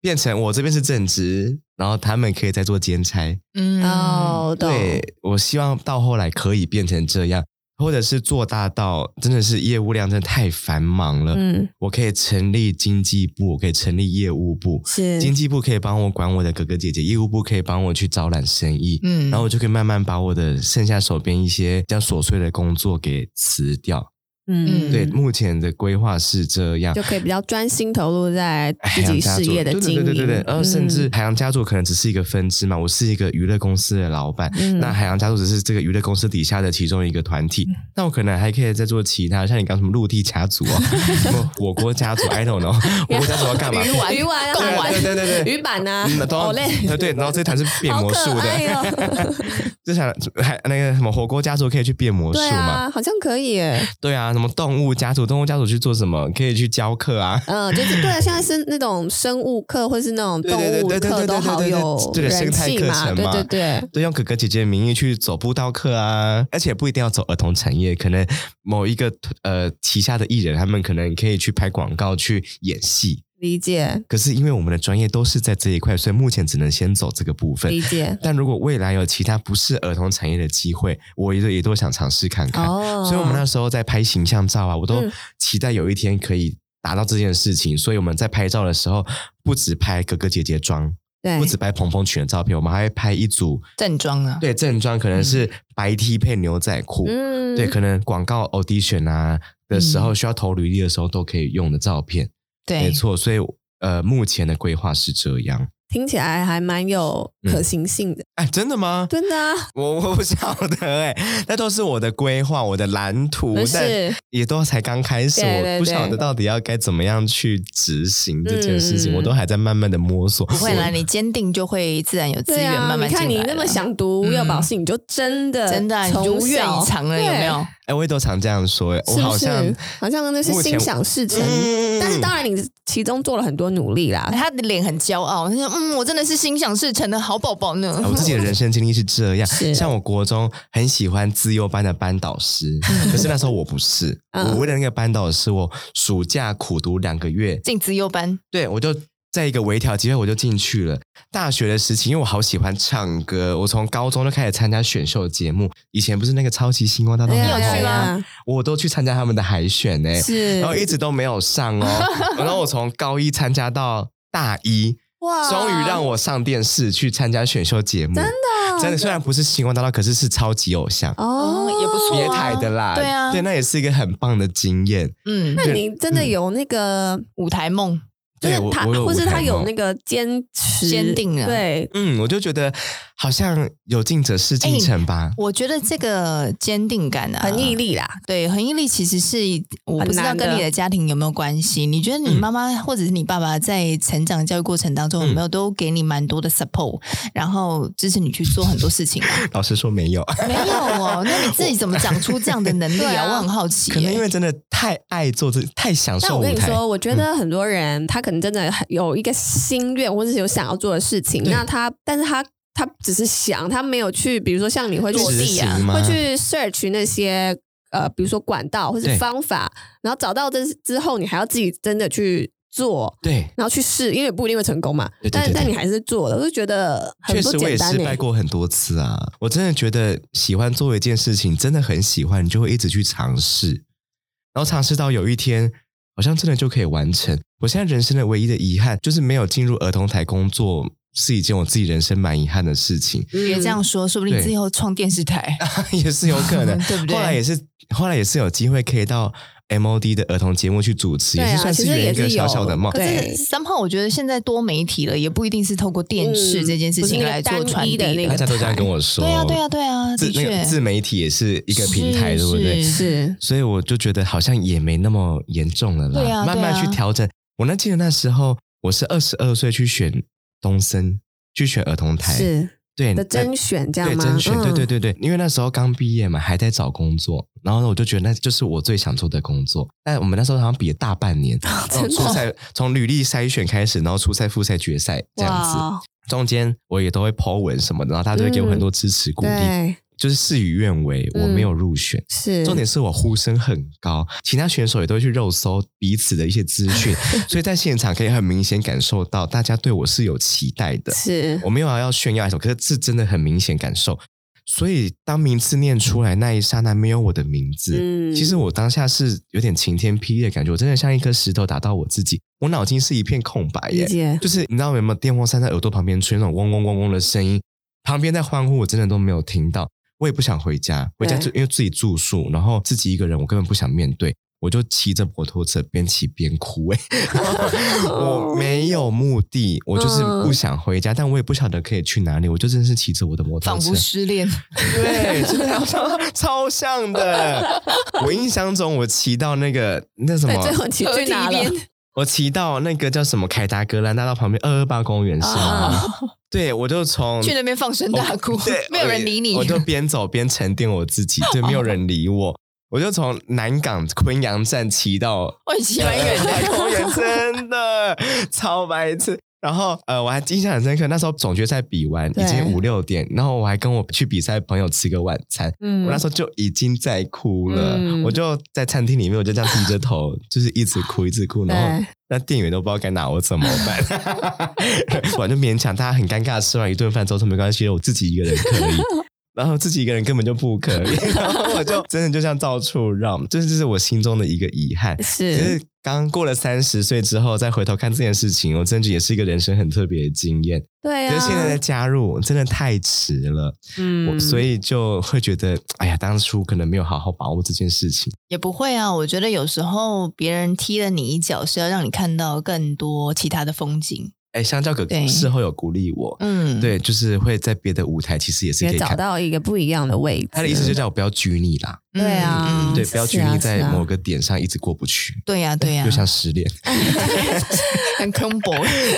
Speaker 3: 变成我这边是正职，然后他们可以再做兼差。
Speaker 1: 嗯，
Speaker 2: 哦，我懂，
Speaker 3: 对，我希望到后来可以变成这样，或者是做大到真的是业务量真的太繁忙了，
Speaker 2: 嗯，
Speaker 3: 我可以成立经济部，我可以成立业务部。
Speaker 2: 是，
Speaker 3: 经济部可以帮我管我的哥哥姐姐，业务部可以帮我去招揽生意，
Speaker 1: 嗯
Speaker 3: 然后我就可以慢慢把我的剩下手边一些比较琐碎的工作给辞掉。
Speaker 2: 嗯，
Speaker 1: 嗯
Speaker 3: 对，目前的规划是这样
Speaker 2: 就。可以比较专心投入在
Speaker 3: 海
Speaker 2: 自
Speaker 3: 洋
Speaker 2: 己
Speaker 3: 家
Speaker 2: 事
Speaker 3: 族，
Speaker 2: 业的
Speaker 3: 对
Speaker 2: 经营，
Speaker 3: 对对对对，然后甚至
Speaker 2: 嗯
Speaker 3: 海洋家族可能只是一个分支嘛，我是一个娱乐公司的老板，
Speaker 2: 嗯
Speaker 3: 那海洋家族只是这个娱乐公司底下的其中一个团体，那我可能还可以再做其他，像你刚什么陆地家族哦，什么火锅家族 ，I don't know，火锅家族要干嘛？
Speaker 1: 鱼丸
Speaker 2: 鱼丸啊
Speaker 1: 贡
Speaker 3: 对
Speaker 1: 丸
Speaker 3: 对对对对，
Speaker 2: 鱼板啊
Speaker 3: 嗯，都
Speaker 2: 好
Speaker 3: 要
Speaker 2: 嘞，
Speaker 3: 呃对，然后这团是变魔术
Speaker 2: 好可爱
Speaker 3: 的，
Speaker 2: 哦
Speaker 3: 就想还那个什么火锅家族可以去变魔术
Speaker 2: 对
Speaker 3: 嘛？
Speaker 2: 啊，好像可以耶，
Speaker 3: 对啊，什么动物家族，动物家族去做什么？可以去教课啊。
Speaker 2: 嗯，就是对啊，现在是那种生物课或是那种动物
Speaker 3: 对对对对对
Speaker 2: 课
Speaker 3: 对
Speaker 2: 都好有
Speaker 3: 对对对
Speaker 2: 人气嘛，
Speaker 3: 生态课程
Speaker 2: 对
Speaker 3: 嘛
Speaker 2: 对对，
Speaker 3: 对，用哥哥姐姐的名义去走步道课啊，而且不一定要走儿童产业，可能某一个呃旗下的艺人，他们可能可以去拍广告、去演戏。
Speaker 2: 理解
Speaker 3: 可是因为我们的专业都是在这一块，所以目前只能先走这个部分
Speaker 2: 理。 解
Speaker 3: 但如果未来有其他不是儿童产业的机会，我也也都想尝试看看。
Speaker 2: 哦。
Speaker 3: 所以我们那时候在拍形象照啊，我都
Speaker 2: 嗯
Speaker 3: 期待有一天可以达到这件事情。所以我们在拍照的时候，不只拍哥哥姐姐妆，
Speaker 2: 对
Speaker 3: 不只拍蓬蓬裙的照片，我们还会拍一组
Speaker 1: 正装啊，
Speaker 3: 对正装，可能是白 T 配牛仔裤，
Speaker 2: 嗯
Speaker 3: 对，可能广告 audition 啊的时候、需要投履历的时候都可以用的照片，
Speaker 1: 对
Speaker 3: 没错。所以呃，目前的规划是这样。
Speaker 2: 听起来还蛮有可行性的，
Speaker 3: 哎，真的吗？
Speaker 2: 真的啊，
Speaker 3: 我我不晓得哎、那都是我的规划，我的蓝图，
Speaker 2: 不
Speaker 3: 但
Speaker 2: 是
Speaker 3: 也都才刚开始，
Speaker 2: 对对
Speaker 3: 我不晓
Speaker 2: 对
Speaker 3: 得到底要该怎么样去执行这件事
Speaker 2: 嗯
Speaker 3: 情，
Speaker 2: 嗯
Speaker 3: 我都还在慢慢的摸索。
Speaker 1: 不会啦，
Speaker 3: 我
Speaker 1: 你坚定就会自然有资
Speaker 2: 对
Speaker 1: 源
Speaker 2: 啊，
Speaker 1: 慢慢
Speaker 2: 你
Speaker 1: 进来
Speaker 2: 看
Speaker 1: 了。
Speaker 2: 你那么想读
Speaker 1: 嗯
Speaker 2: 幼保系，你就真的
Speaker 1: 真的啊、你
Speaker 2: 从
Speaker 1: 如愿
Speaker 2: 小
Speaker 1: 以偿了，有啊没？有？
Speaker 3: 哎、我也都常这样说、哎，
Speaker 2: 对
Speaker 3: 我
Speaker 2: 是
Speaker 3: 好
Speaker 2: 不
Speaker 3: 像，
Speaker 2: 是好像那是
Speaker 3: 目前
Speaker 2: 心想事成？
Speaker 3: 嗯
Speaker 2: 但是当然，你其中做了很多努力啦。
Speaker 1: 他的脸很骄傲，他说：“嗯，我真的是心想事成的好宝宝呢
Speaker 3: 哎。我自己的人生经历是这样，
Speaker 2: 是
Speaker 3: 像我国中很喜欢自幼班的班导师，可是那时候我不是，
Speaker 2: 嗯
Speaker 3: 我为了那个班导师，我暑假苦读两个月，
Speaker 1: 进资优班，
Speaker 3: 对，我就在一个微调机会，我就进去了。大学的时期，因为我好喜欢唱歌，我从高中就开始参加选秀节目。以前不是那个超级星光大道
Speaker 2: 哎
Speaker 3: 很
Speaker 2: 呀
Speaker 1: 你有
Speaker 3: 红
Speaker 1: 去吗
Speaker 3: 吗？？我都去参加他们的海选呢、
Speaker 2: 哎呀是
Speaker 3: 然后一直都没有 上哦。然后我从高一参加到大一，
Speaker 2: 哇
Speaker 3: 终于让我上电视去参加选秀节目。真的，真的，虽然不是星光大道，可是是超级偶像。
Speaker 2: 哦
Speaker 1: 哦也不错
Speaker 3: 别
Speaker 1: 啊
Speaker 3: 台的啦，
Speaker 1: 对啊
Speaker 3: 对，那也是一个很棒的经验。
Speaker 1: 嗯，
Speaker 2: 那你真的有那个，
Speaker 1: 舞台梦，
Speaker 2: 就
Speaker 3: 对
Speaker 2: 是
Speaker 3: 我
Speaker 2: 他，
Speaker 3: 我有
Speaker 2: 或是
Speaker 3: 舞台
Speaker 2: 他有
Speaker 3: 梦
Speaker 2: 那个坚持、
Speaker 1: 坚定啊
Speaker 2: 对，
Speaker 3: 嗯，我就觉得好像有进者事
Speaker 2: 哎
Speaker 3: 竟成 吧。
Speaker 1: 我觉得这个坚定感啊，
Speaker 2: 很毅，力啦。
Speaker 1: 对，恒毅力其实是我不知道
Speaker 2: 很难的嗯
Speaker 1: 跟你的家庭有没有关系。你觉得你妈妈或者是你爸爸在成长教育过程当中有没有都给你蛮多的 support，然后支持你去做很多事情吗？啊
Speaker 3: 老实说，没有，
Speaker 1: 没有哦，那你自己怎么长出这样的能力
Speaker 2: 对
Speaker 1: 啊？
Speaker 2: 啊
Speaker 1: 我很好奇耶、
Speaker 3: 可能因为真的太爱做这，太享
Speaker 2: 但
Speaker 3: 受
Speaker 2: 我跟
Speaker 3: 舞
Speaker 2: 你
Speaker 3: 台。嗯
Speaker 2: 说，我觉得很多人他可能真的很有一个心愿，或者是有想要做的事情，
Speaker 3: 对
Speaker 2: 那他，但是他他只是想，他没有去，比如说像你会去
Speaker 1: 落
Speaker 3: 执
Speaker 1: 地
Speaker 3: 行
Speaker 1: 啊
Speaker 3: 吗？
Speaker 2: 会去 search 那些呃，比如说管道或是
Speaker 3: 对
Speaker 2: 方法，然后找到这之后，你还要自己真的去做。
Speaker 3: 对，
Speaker 2: 然后去试，因为不一定会成功嘛，
Speaker 3: 对对
Speaker 2: 但
Speaker 3: 对
Speaker 2: 但
Speaker 3: 对
Speaker 2: 你还是做了，我就觉得很
Speaker 3: 确
Speaker 2: 不
Speaker 3: 实我
Speaker 2: 简
Speaker 3: 也
Speaker 2: 单
Speaker 3: 失
Speaker 1: 欸
Speaker 2: 呢、
Speaker 3: 败过很多次啊。我真的觉得喜欢做一件事情，真的很喜欢，你就会一直去尝试，然后尝试到有一天，好像真的就可以完成。我现在人生的唯一的遗憾，就是没有进入儿童台工作，是一件我自己人生蛮遗憾的 事情，
Speaker 1: 别这样说，说不定
Speaker 3: 对
Speaker 1: 之后创电视台，。
Speaker 3: 也是有可 能
Speaker 1: 对不对？
Speaker 3: 后来也是，后来也是有机会可以到 MOD 的儿童节目去主持，
Speaker 1: 啊
Speaker 3: 也是算是圆一个小小的梦。
Speaker 1: 可
Speaker 2: 对
Speaker 1: 是三炮，我觉得现在多媒体了，也不一定是透过电视
Speaker 2: 嗯
Speaker 1: 这件事
Speaker 2: 不是
Speaker 1: 情
Speaker 2: 那个
Speaker 1: 来做传递
Speaker 2: 单一的那个
Speaker 3: 大家都这样跟我说。
Speaker 1: 对啊，对啊，对啊，
Speaker 3: 自
Speaker 1: 的
Speaker 3: 那
Speaker 1: 确
Speaker 3: 个，自媒体也是一个平台，
Speaker 1: 是
Speaker 3: 对不对？
Speaker 1: 是
Speaker 2: 是
Speaker 3: 所以我就觉得好像也没那么严重了啦，
Speaker 1: 对啊
Speaker 3: 慢慢
Speaker 1: 对啊
Speaker 3: 去调整。我那记得那时候我是二十二岁去选东森，去选儿童台，
Speaker 2: 是
Speaker 3: 对
Speaker 2: 的
Speaker 3: 那
Speaker 2: 甄选这样
Speaker 3: 对
Speaker 2: 吗？
Speaker 3: 甄选，对
Speaker 2: 嗯
Speaker 3: 对对对，因为那时候刚毕业嘛，还在找工作，然后呢，我就觉得那就是我最想做的工作。但我们那时候好像比了大半年，
Speaker 2: 哦嗯 真的
Speaker 3: 从初赛从履历筛选开始，然后初赛、复赛、决赛这样子，
Speaker 2: 哇
Speaker 3: 中间我也都会 po 文什么的，然后大家都会给我很多支持鼓励，
Speaker 2: 对，嗯
Speaker 3: 就是事与愿违，我没有入选。
Speaker 2: 是
Speaker 3: 重点是我呼声很高，其他选手也都会去肉搜彼此的一些资讯，所以在现场可以很明显感受到大家对我是有期待 的。
Speaker 2: 是
Speaker 3: 我没有要炫耀什么，可是这真的很明显感受。所以当名次念出来那一刹那，没有我的名字，
Speaker 2: 嗯
Speaker 3: 其实我当下是有点晴天霹雳的感觉，我真的像一颗石头打到我自己，我脑筋是一片空白
Speaker 2: 理
Speaker 3: 耶。
Speaker 2: 解。
Speaker 3: 就是你知道有没有电风扇在耳朵旁边吹那种嗡嗡嗡嗡的声音，旁边在欢呼，我真的都没有听到。我也不想回家，回家就因为自己住宿，然后自己一个人，我根本不想面对。我就骑着摩托车边骑边哭、 欸，
Speaker 2: 哦
Speaker 3: 我没有目的，我就是
Speaker 2: 嗯
Speaker 3: 不想回家，但我也不晓得可以去哪里，我就真是骑着我的摩托
Speaker 1: 仿
Speaker 3: 车
Speaker 1: 佛，失恋。
Speaker 3: 对，真的超超 像的。我印象中，我骑到那个那什
Speaker 2: 对，
Speaker 3: 么
Speaker 2: 最，后 你去哪了？
Speaker 1: 河堤
Speaker 3: 我骑到那个叫什么凯达格兰大道旁边二二八公园上，
Speaker 2: 啊
Speaker 3: 对我就从
Speaker 1: 去那边放声大哭
Speaker 2: 哦
Speaker 3: 我对，
Speaker 1: 没有人理你
Speaker 3: 我。就边走边沉淀我自己，对，没有人理我。我就从南港昆阳站骑到
Speaker 1: 我喜欢远
Speaker 3: 台
Speaker 1: 的，
Speaker 3: 公园，真的超白痴。然后呃，我还印象很深刻，那时候总决赛比完
Speaker 2: 对
Speaker 3: 已经五六点，然后我还跟我去比赛的朋友吃个晚餐，
Speaker 2: 嗯
Speaker 3: 我那时候就已经在哭了，
Speaker 2: 嗯
Speaker 3: 我就在餐厅里面，我就这样低着头，就是一直哭一直哭，然后
Speaker 2: 对
Speaker 3: 那店员都不知道该拿我怎么 办，我就勉强大家很尴尬地吃完一顿饭之后说没关系，我自己一个人可以。然后自己一个人根本就不可以，然后我就真的就像到处让，这就是我心中的一个遗憾。可
Speaker 2: 是
Speaker 3: 是刚过了三十岁之后，再回头看这件事情，我真的觉得也是一个人生很特别的经验。
Speaker 2: 对
Speaker 3: 可
Speaker 2: 啊，
Speaker 3: 是现在再加入，真的太迟了。我
Speaker 2: 嗯，
Speaker 3: 所以就会觉得，哎呀，当初可能没有好好把握这件事情。
Speaker 1: 也不会啊。我觉得有时候别人踢了你一脚，是要让你看到更多其他的风景。
Speaker 3: 哎，香蕉哥
Speaker 1: 对
Speaker 3: 事后有鼓励我，
Speaker 1: 嗯，，
Speaker 3: 对，就是会在别的舞台其实也是可
Speaker 2: 也
Speaker 3: 以
Speaker 2: 找
Speaker 3: 看。
Speaker 2: 到一个不一样的位置。
Speaker 3: 他的意思就叫我不要拘泥啦，
Speaker 1: 嗯
Speaker 2: 对啊，
Speaker 3: 对，不要拘
Speaker 2: 是啊
Speaker 3: 泥在
Speaker 2: 是啊
Speaker 3: 某个点上一直过不去，
Speaker 1: 对呀、对呀、
Speaker 3: 就像 失恋，
Speaker 1: 很 空薄。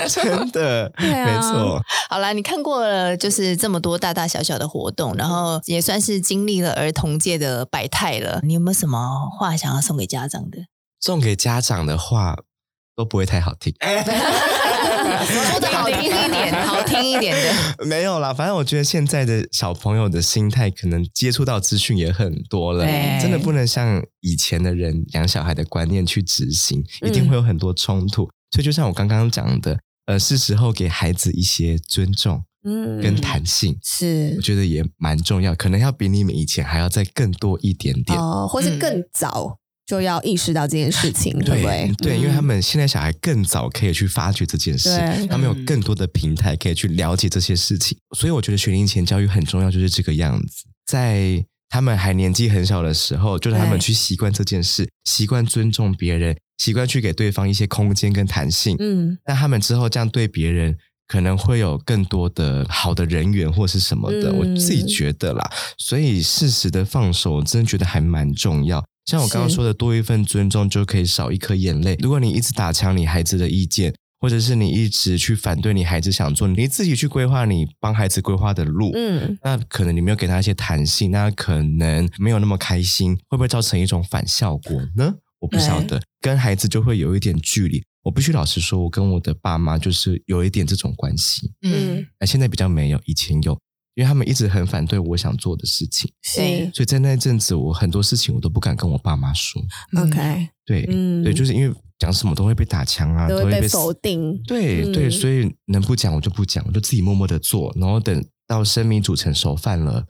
Speaker 3: 真的，
Speaker 2: 啊
Speaker 3: 没错，
Speaker 1: 好啦，你看过了，就是这么多大大小小的活动，然后也算是经历了儿童界的百态了。你有没有什么话想要送给家长 的？
Speaker 3: 送给家长的话都不会太好 听。
Speaker 1: 说的好听一点，好听一点的。
Speaker 3: 没有啦，反正我觉得现在的小朋友的心态，可能接触到资讯也很多了
Speaker 1: 对，
Speaker 3: 真的不能像以前的人养小孩的观念去执行，一
Speaker 2: 嗯
Speaker 3: 定会有很多冲突。所以就像我刚刚讲的，呃，是时候给孩子一些尊重
Speaker 2: 嗯
Speaker 3: 跟弹性，
Speaker 2: 是
Speaker 3: 我觉得也蛮重要，可能要比你们以前还要再更多一点点。
Speaker 2: 哦，或是
Speaker 1: 嗯
Speaker 2: 更早就要意识到这件事情，对不
Speaker 3: 对
Speaker 2: 对？
Speaker 3: 对，
Speaker 2: 嗯
Speaker 3: 因为他们现在小孩更早可以去发掘这件事
Speaker 2: 对，
Speaker 3: 他们有
Speaker 1: 嗯
Speaker 3: 更多的平台可以去了解这些事情，所以我觉得学龄前教育很重要，就是这个样子，在他们还年纪很小的时候，就让他们
Speaker 2: 对
Speaker 3: 去习惯这件事，习惯尊重别人，习惯去给对方一些空间跟弹性，
Speaker 2: 嗯
Speaker 3: 那他们之后这样对别人。可能会有更多的好的人缘或是什么的，
Speaker 2: 嗯
Speaker 3: 我自己觉得啦。所以适时的放手，我真的觉得还蛮重要。像我刚刚
Speaker 2: 是
Speaker 3: 说的，多一份尊重就可以少一颗眼泪。如果你一直打枪你孩子的意见，或者是你一直去反对你孩子想做，你自己去规划你帮孩子规划的路，
Speaker 2: 嗯，
Speaker 3: 那可能你没有给他一些弹性，那可能没有那么开心，会不会造成一种反效果呢？我不晓得，跟孩子就会有一点距离。我必须老实说，我跟我的爸妈就是有一点这种关系，
Speaker 1: 嗯，
Speaker 3: 那现在比较没有，以前有，因为他们一直很反对我想做的事情，
Speaker 2: 是
Speaker 3: 所以在那一阵子，我很多事情我都不敢跟我爸妈说。
Speaker 1: 嗯
Speaker 2: OK，
Speaker 3: 对，
Speaker 2: 嗯，
Speaker 3: 对，就是因为讲什么都会被打枪啊，
Speaker 2: 都
Speaker 3: 都
Speaker 2: 会
Speaker 3: 会
Speaker 2: 被
Speaker 3: 被
Speaker 2: 否定，
Speaker 3: 对、
Speaker 2: 嗯
Speaker 3: 对，所以能不讲我就不讲，我就自己默默的做，然后等到生米煮成熟饭了，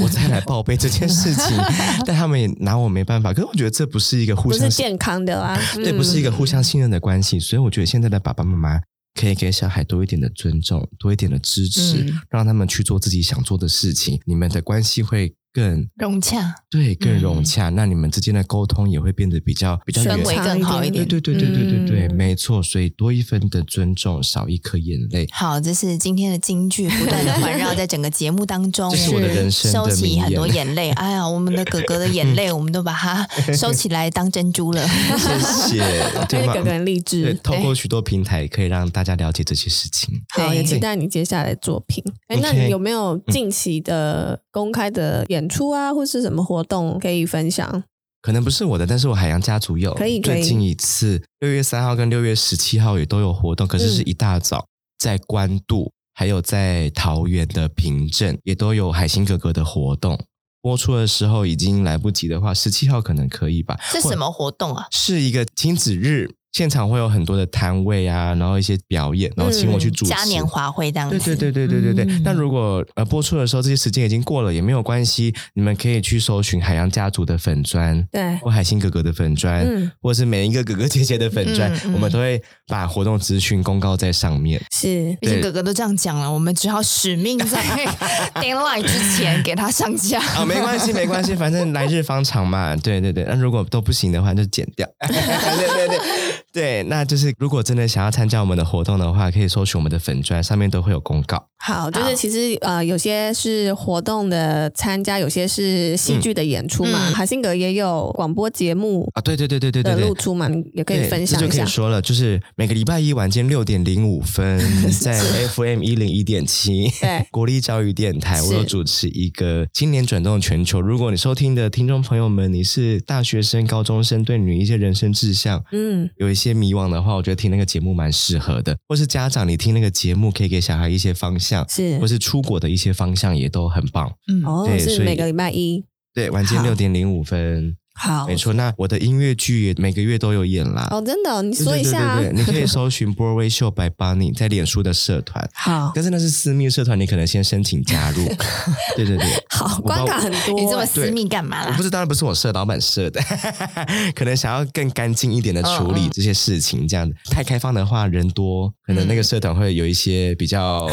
Speaker 3: 我再来报备这件事情。 但他们也拿我没办法，可是我觉得这不是一个互
Speaker 2: 不
Speaker 3: 相
Speaker 2: 是健康的啊啦，
Speaker 3: 对，不是一个互相信任的关系。所以我觉得现在的爸爸妈妈可以给小孩多一点的尊重，多一点的支持，
Speaker 1: 嗯
Speaker 3: 让他们去做自己想做的事情，你们的关系会更。
Speaker 1: 融洽，
Speaker 3: 对，更融
Speaker 1: 嗯
Speaker 3: 洽，那你们之间的沟通也会变得比较比较
Speaker 2: 顺
Speaker 1: 氛
Speaker 3: 远
Speaker 2: 畅
Speaker 1: 围更好一
Speaker 2: 一
Speaker 1: 点
Speaker 3: 对。对对对对对对，
Speaker 2: 嗯
Speaker 3: 没错。所以多一分的尊重，少一颗眼泪，
Speaker 1: 好，这是今天的金句，不断的环绕在整个节目当中。
Speaker 3: 这是我的人生的
Speaker 1: 收
Speaker 3: 名
Speaker 1: 起
Speaker 3: 言
Speaker 1: 很多眼泪，哎呀，我们的哥哥的眼泪，我们都把它收起来当珍珠了。
Speaker 3: 谢谢。
Speaker 2: 对
Speaker 3: 对吗
Speaker 2: 嗯个？人励
Speaker 3: 对，
Speaker 2: 志。
Speaker 3: 透过许多平台可以让大家了解这些事情。
Speaker 2: 好，
Speaker 1: 对
Speaker 2: 也期待你接下来的作品。哎，那
Speaker 3: OK 嗯
Speaker 2: 你有没有近期的公开的演出啊，或是什么活动可以分享？
Speaker 3: 可能不是我的，但是我海洋家族有。
Speaker 2: 可以可以
Speaker 3: 最近一次六月三号跟六月十七号也都有活动，可是
Speaker 2: 嗯
Speaker 3: 是一大早、在关渡，还有在桃园的平镇也都有海星哥哥的活动。播出的时候已经来不及的话，十七号可能可以吧？
Speaker 1: 是什么活动啊？
Speaker 3: 是一个亲子日，现场会有很多的摊位啊，然后一些表演，然后请我去
Speaker 2: 嗯
Speaker 3: 主持。
Speaker 1: 嘉年华会这样
Speaker 3: 对
Speaker 1: 子。
Speaker 3: 对对对对对对。
Speaker 1: 嗯
Speaker 3: 那如果呃播出的时候这些时间已经过了也没有关系，你们可以去搜寻海洋家族的粉砖
Speaker 2: 对，
Speaker 3: 或海星哥哥的粉砖，
Speaker 2: 嗯，
Speaker 3: 或是每一个哥哥姐姐的粉砖，
Speaker 1: 嗯嗯
Speaker 3: 我们都会把活动资讯公告在上面。
Speaker 2: 是
Speaker 1: 毕竟
Speaker 3: 对
Speaker 1: 哥哥都这样讲了，我们只好使命在 deadline 之前给他上架。
Speaker 3: 啊、没关系，没关系，反正来日方长嘛。对对对，那如果都不行的话，就剪掉。 对对对对，那就是如果真的想要参加我们的活动的话，可以搜寻我们的粉砖，上面都会有公告。
Speaker 2: 好，就
Speaker 1: 好
Speaker 2: 是其实呃，有些是活动的参加，有些是戏剧的演出嘛。
Speaker 1: 嗯
Speaker 2: 海信格也有广播节目
Speaker 3: 啊，对对对对对对
Speaker 2: 的
Speaker 3: 对
Speaker 2: 露，出嘛，你也可以
Speaker 3: 对
Speaker 2: 分享
Speaker 3: 这
Speaker 2: 一
Speaker 3: 就可
Speaker 2: 下
Speaker 3: 以。说了，就是每个礼拜一晚间六点零五 分，在 FM 一零一点七，
Speaker 2: 对
Speaker 3: 国立教育电台，
Speaker 2: 是
Speaker 3: 我有主持一个今年转动全球。如果你收听的听众朋友们，你是大学生、高中生，对你一些人生志向。
Speaker 2: 嗯，
Speaker 3: 有一些迷惘的话，我觉得听那个节目蛮适合的，或是家长你听那个节目可以给小孩一些方向，
Speaker 2: 是
Speaker 3: 或是出国的一些方向也都很棒。
Speaker 1: 嗯，
Speaker 2: 哦，
Speaker 3: 对
Speaker 2: 是
Speaker 3: 所以
Speaker 2: 每个礼拜一。
Speaker 3: 对，晚间
Speaker 2: 好
Speaker 3: 六点零五分，
Speaker 2: 好，
Speaker 3: 没错。那我的音乐剧也每个月都有演啦。
Speaker 2: 哦，真的哦，你
Speaker 3: 对
Speaker 2: 说一下啊
Speaker 3: 对。对对对你可以搜寻 Broadway Show by Bunny 在脸书的社团，
Speaker 2: 好
Speaker 3: 但是那是私密社团，你可能先申请 加入。对对对，
Speaker 2: 好，
Speaker 3: 我把
Speaker 2: 关
Speaker 3: 我
Speaker 2: 卡很多欸。
Speaker 1: 嗯你这么
Speaker 3: 对
Speaker 1: 私密干嘛
Speaker 3: 我
Speaker 1: 啦
Speaker 3: 不？是，当然不是我社，老板社的， 可能想要更干净一点的处
Speaker 2: 嗯
Speaker 3: 理这些事情，这样太开放的话，人多，可能那个社团会有一些比较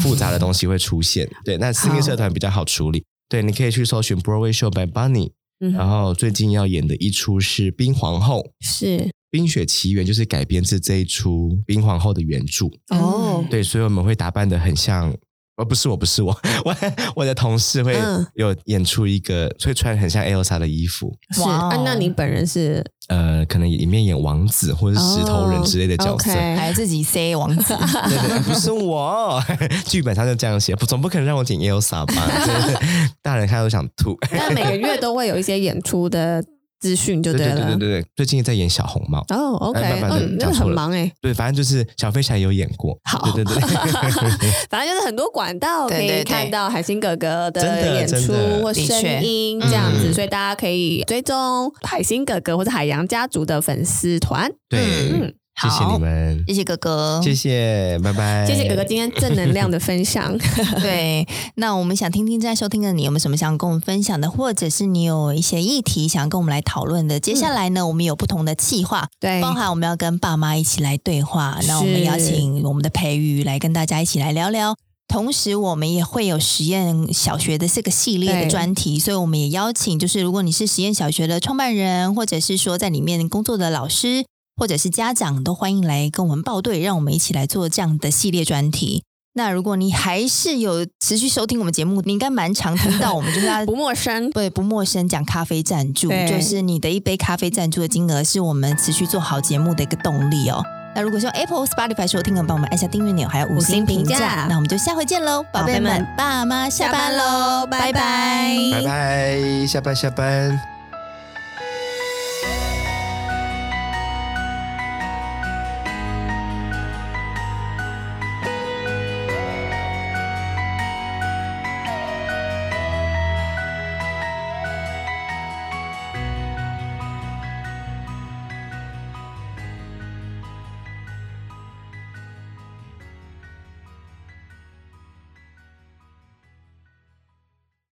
Speaker 3: 复杂的东西会出现。
Speaker 2: 嗯
Speaker 3: 对，那私密社团比较好处理。对，你可以去搜寻 Broadway Show by Bunny，
Speaker 2: 嗯
Speaker 3: 然后最近要演的一出是《冰皇后》，《
Speaker 2: 是
Speaker 3: 冰雪奇缘》就是改编自这一出《冰皇后》的原著。
Speaker 2: 哦，
Speaker 3: 对，所以我们会打扮的很像，呃，不是我，不是我， 我我的同事会
Speaker 2: 嗯
Speaker 3: 有演出一个，会穿很像 Elsa 的衣服，
Speaker 2: 是
Speaker 1: 哇哦
Speaker 2: 啊。那你本人是
Speaker 3: 呃，可能里面演王子或者石头
Speaker 2: 哦
Speaker 3: 人之类的角色。
Speaker 1: 还自己 say 王子，
Speaker 3: 对对，不是我， 剧本上就这样写，不总不可能让我演 Elsa 吧？就是 大人看都想吐。
Speaker 2: 但每个月都会有一些演出的资讯，就
Speaker 3: 对对对
Speaker 2: 了
Speaker 3: 对。对，最近在演小红帽。
Speaker 2: 哦，OK，
Speaker 3: 哎慢慢地
Speaker 2: 嗯，那
Speaker 3: 讲错
Speaker 2: 很
Speaker 3: 了
Speaker 2: 忙哎。
Speaker 3: 对，反正就是小飞侠有演过，
Speaker 2: 好
Speaker 3: 对 对对，
Speaker 2: 反正就是很多管道可
Speaker 1: 对
Speaker 2: 以
Speaker 1: 对对
Speaker 2: 看到海星哥哥
Speaker 3: 真的
Speaker 2: 演
Speaker 3: 真
Speaker 2: 出
Speaker 3: 的
Speaker 2: 或
Speaker 1: 的
Speaker 2: 声
Speaker 1: 确
Speaker 2: 音这样子，
Speaker 3: 嗯
Speaker 2: 所以大家可以追踪海星哥哥或者海洋家族的粉丝团。
Speaker 3: 对
Speaker 2: 嗯，
Speaker 3: 谢谢你们，
Speaker 1: 谢谢哥哥，
Speaker 3: 谢谢，拜拜，
Speaker 2: 谢谢哥哥今天正能量的 分享。
Speaker 1: 对，那我们想听听正在收听的你有没有什么想跟我们分享的，或者是你有一些议题想跟我们来讨论的。接下来呢，我们有不同的计划，
Speaker 2: 对，
Speaker 1: 包含我们要跟爸妈一起来对话，
Speaker 2: 是
Speaker 1: 那我们邀请我们的培育来跟大家一起来聊聊。同时，我们也会有实验小学的这个系列
Speaker 2: 对
Speaker 1: 的专题，所以我们也邀请，就是如果你是实验小学的创办人，或者是说在里面工作的老师，或者是家长，都欢迎来跟我们报队，让我们一起来做这样的系列专题。那如果你还是有持续收听我们节目，你应该蛮常听到我们 就是要
Speaker 2: 不陌生。
Speaker 1: 对，不陌生讲咖啡赞助，
Speaker 2: 对
Speaker 1: 就是你的一杯咖啡赞助的金额，是我们持续做好节目的一个动力哦。那如果是用 Apple、Spotify 收听的，帮我们按下订阅钮，还有五星评
Speaker 2: 五星评价
Speaker 1: 价。那我们就下回见喽，宝
Speaker 2: 宝贝
Speaker 1: 贝们
Speaker 2: 们，
Speaker 1: 爸妈下班喽，
Speaker 2: 拜拜
Speaker 1: 拜拜
Speaker 3: 拜拜，下班下班。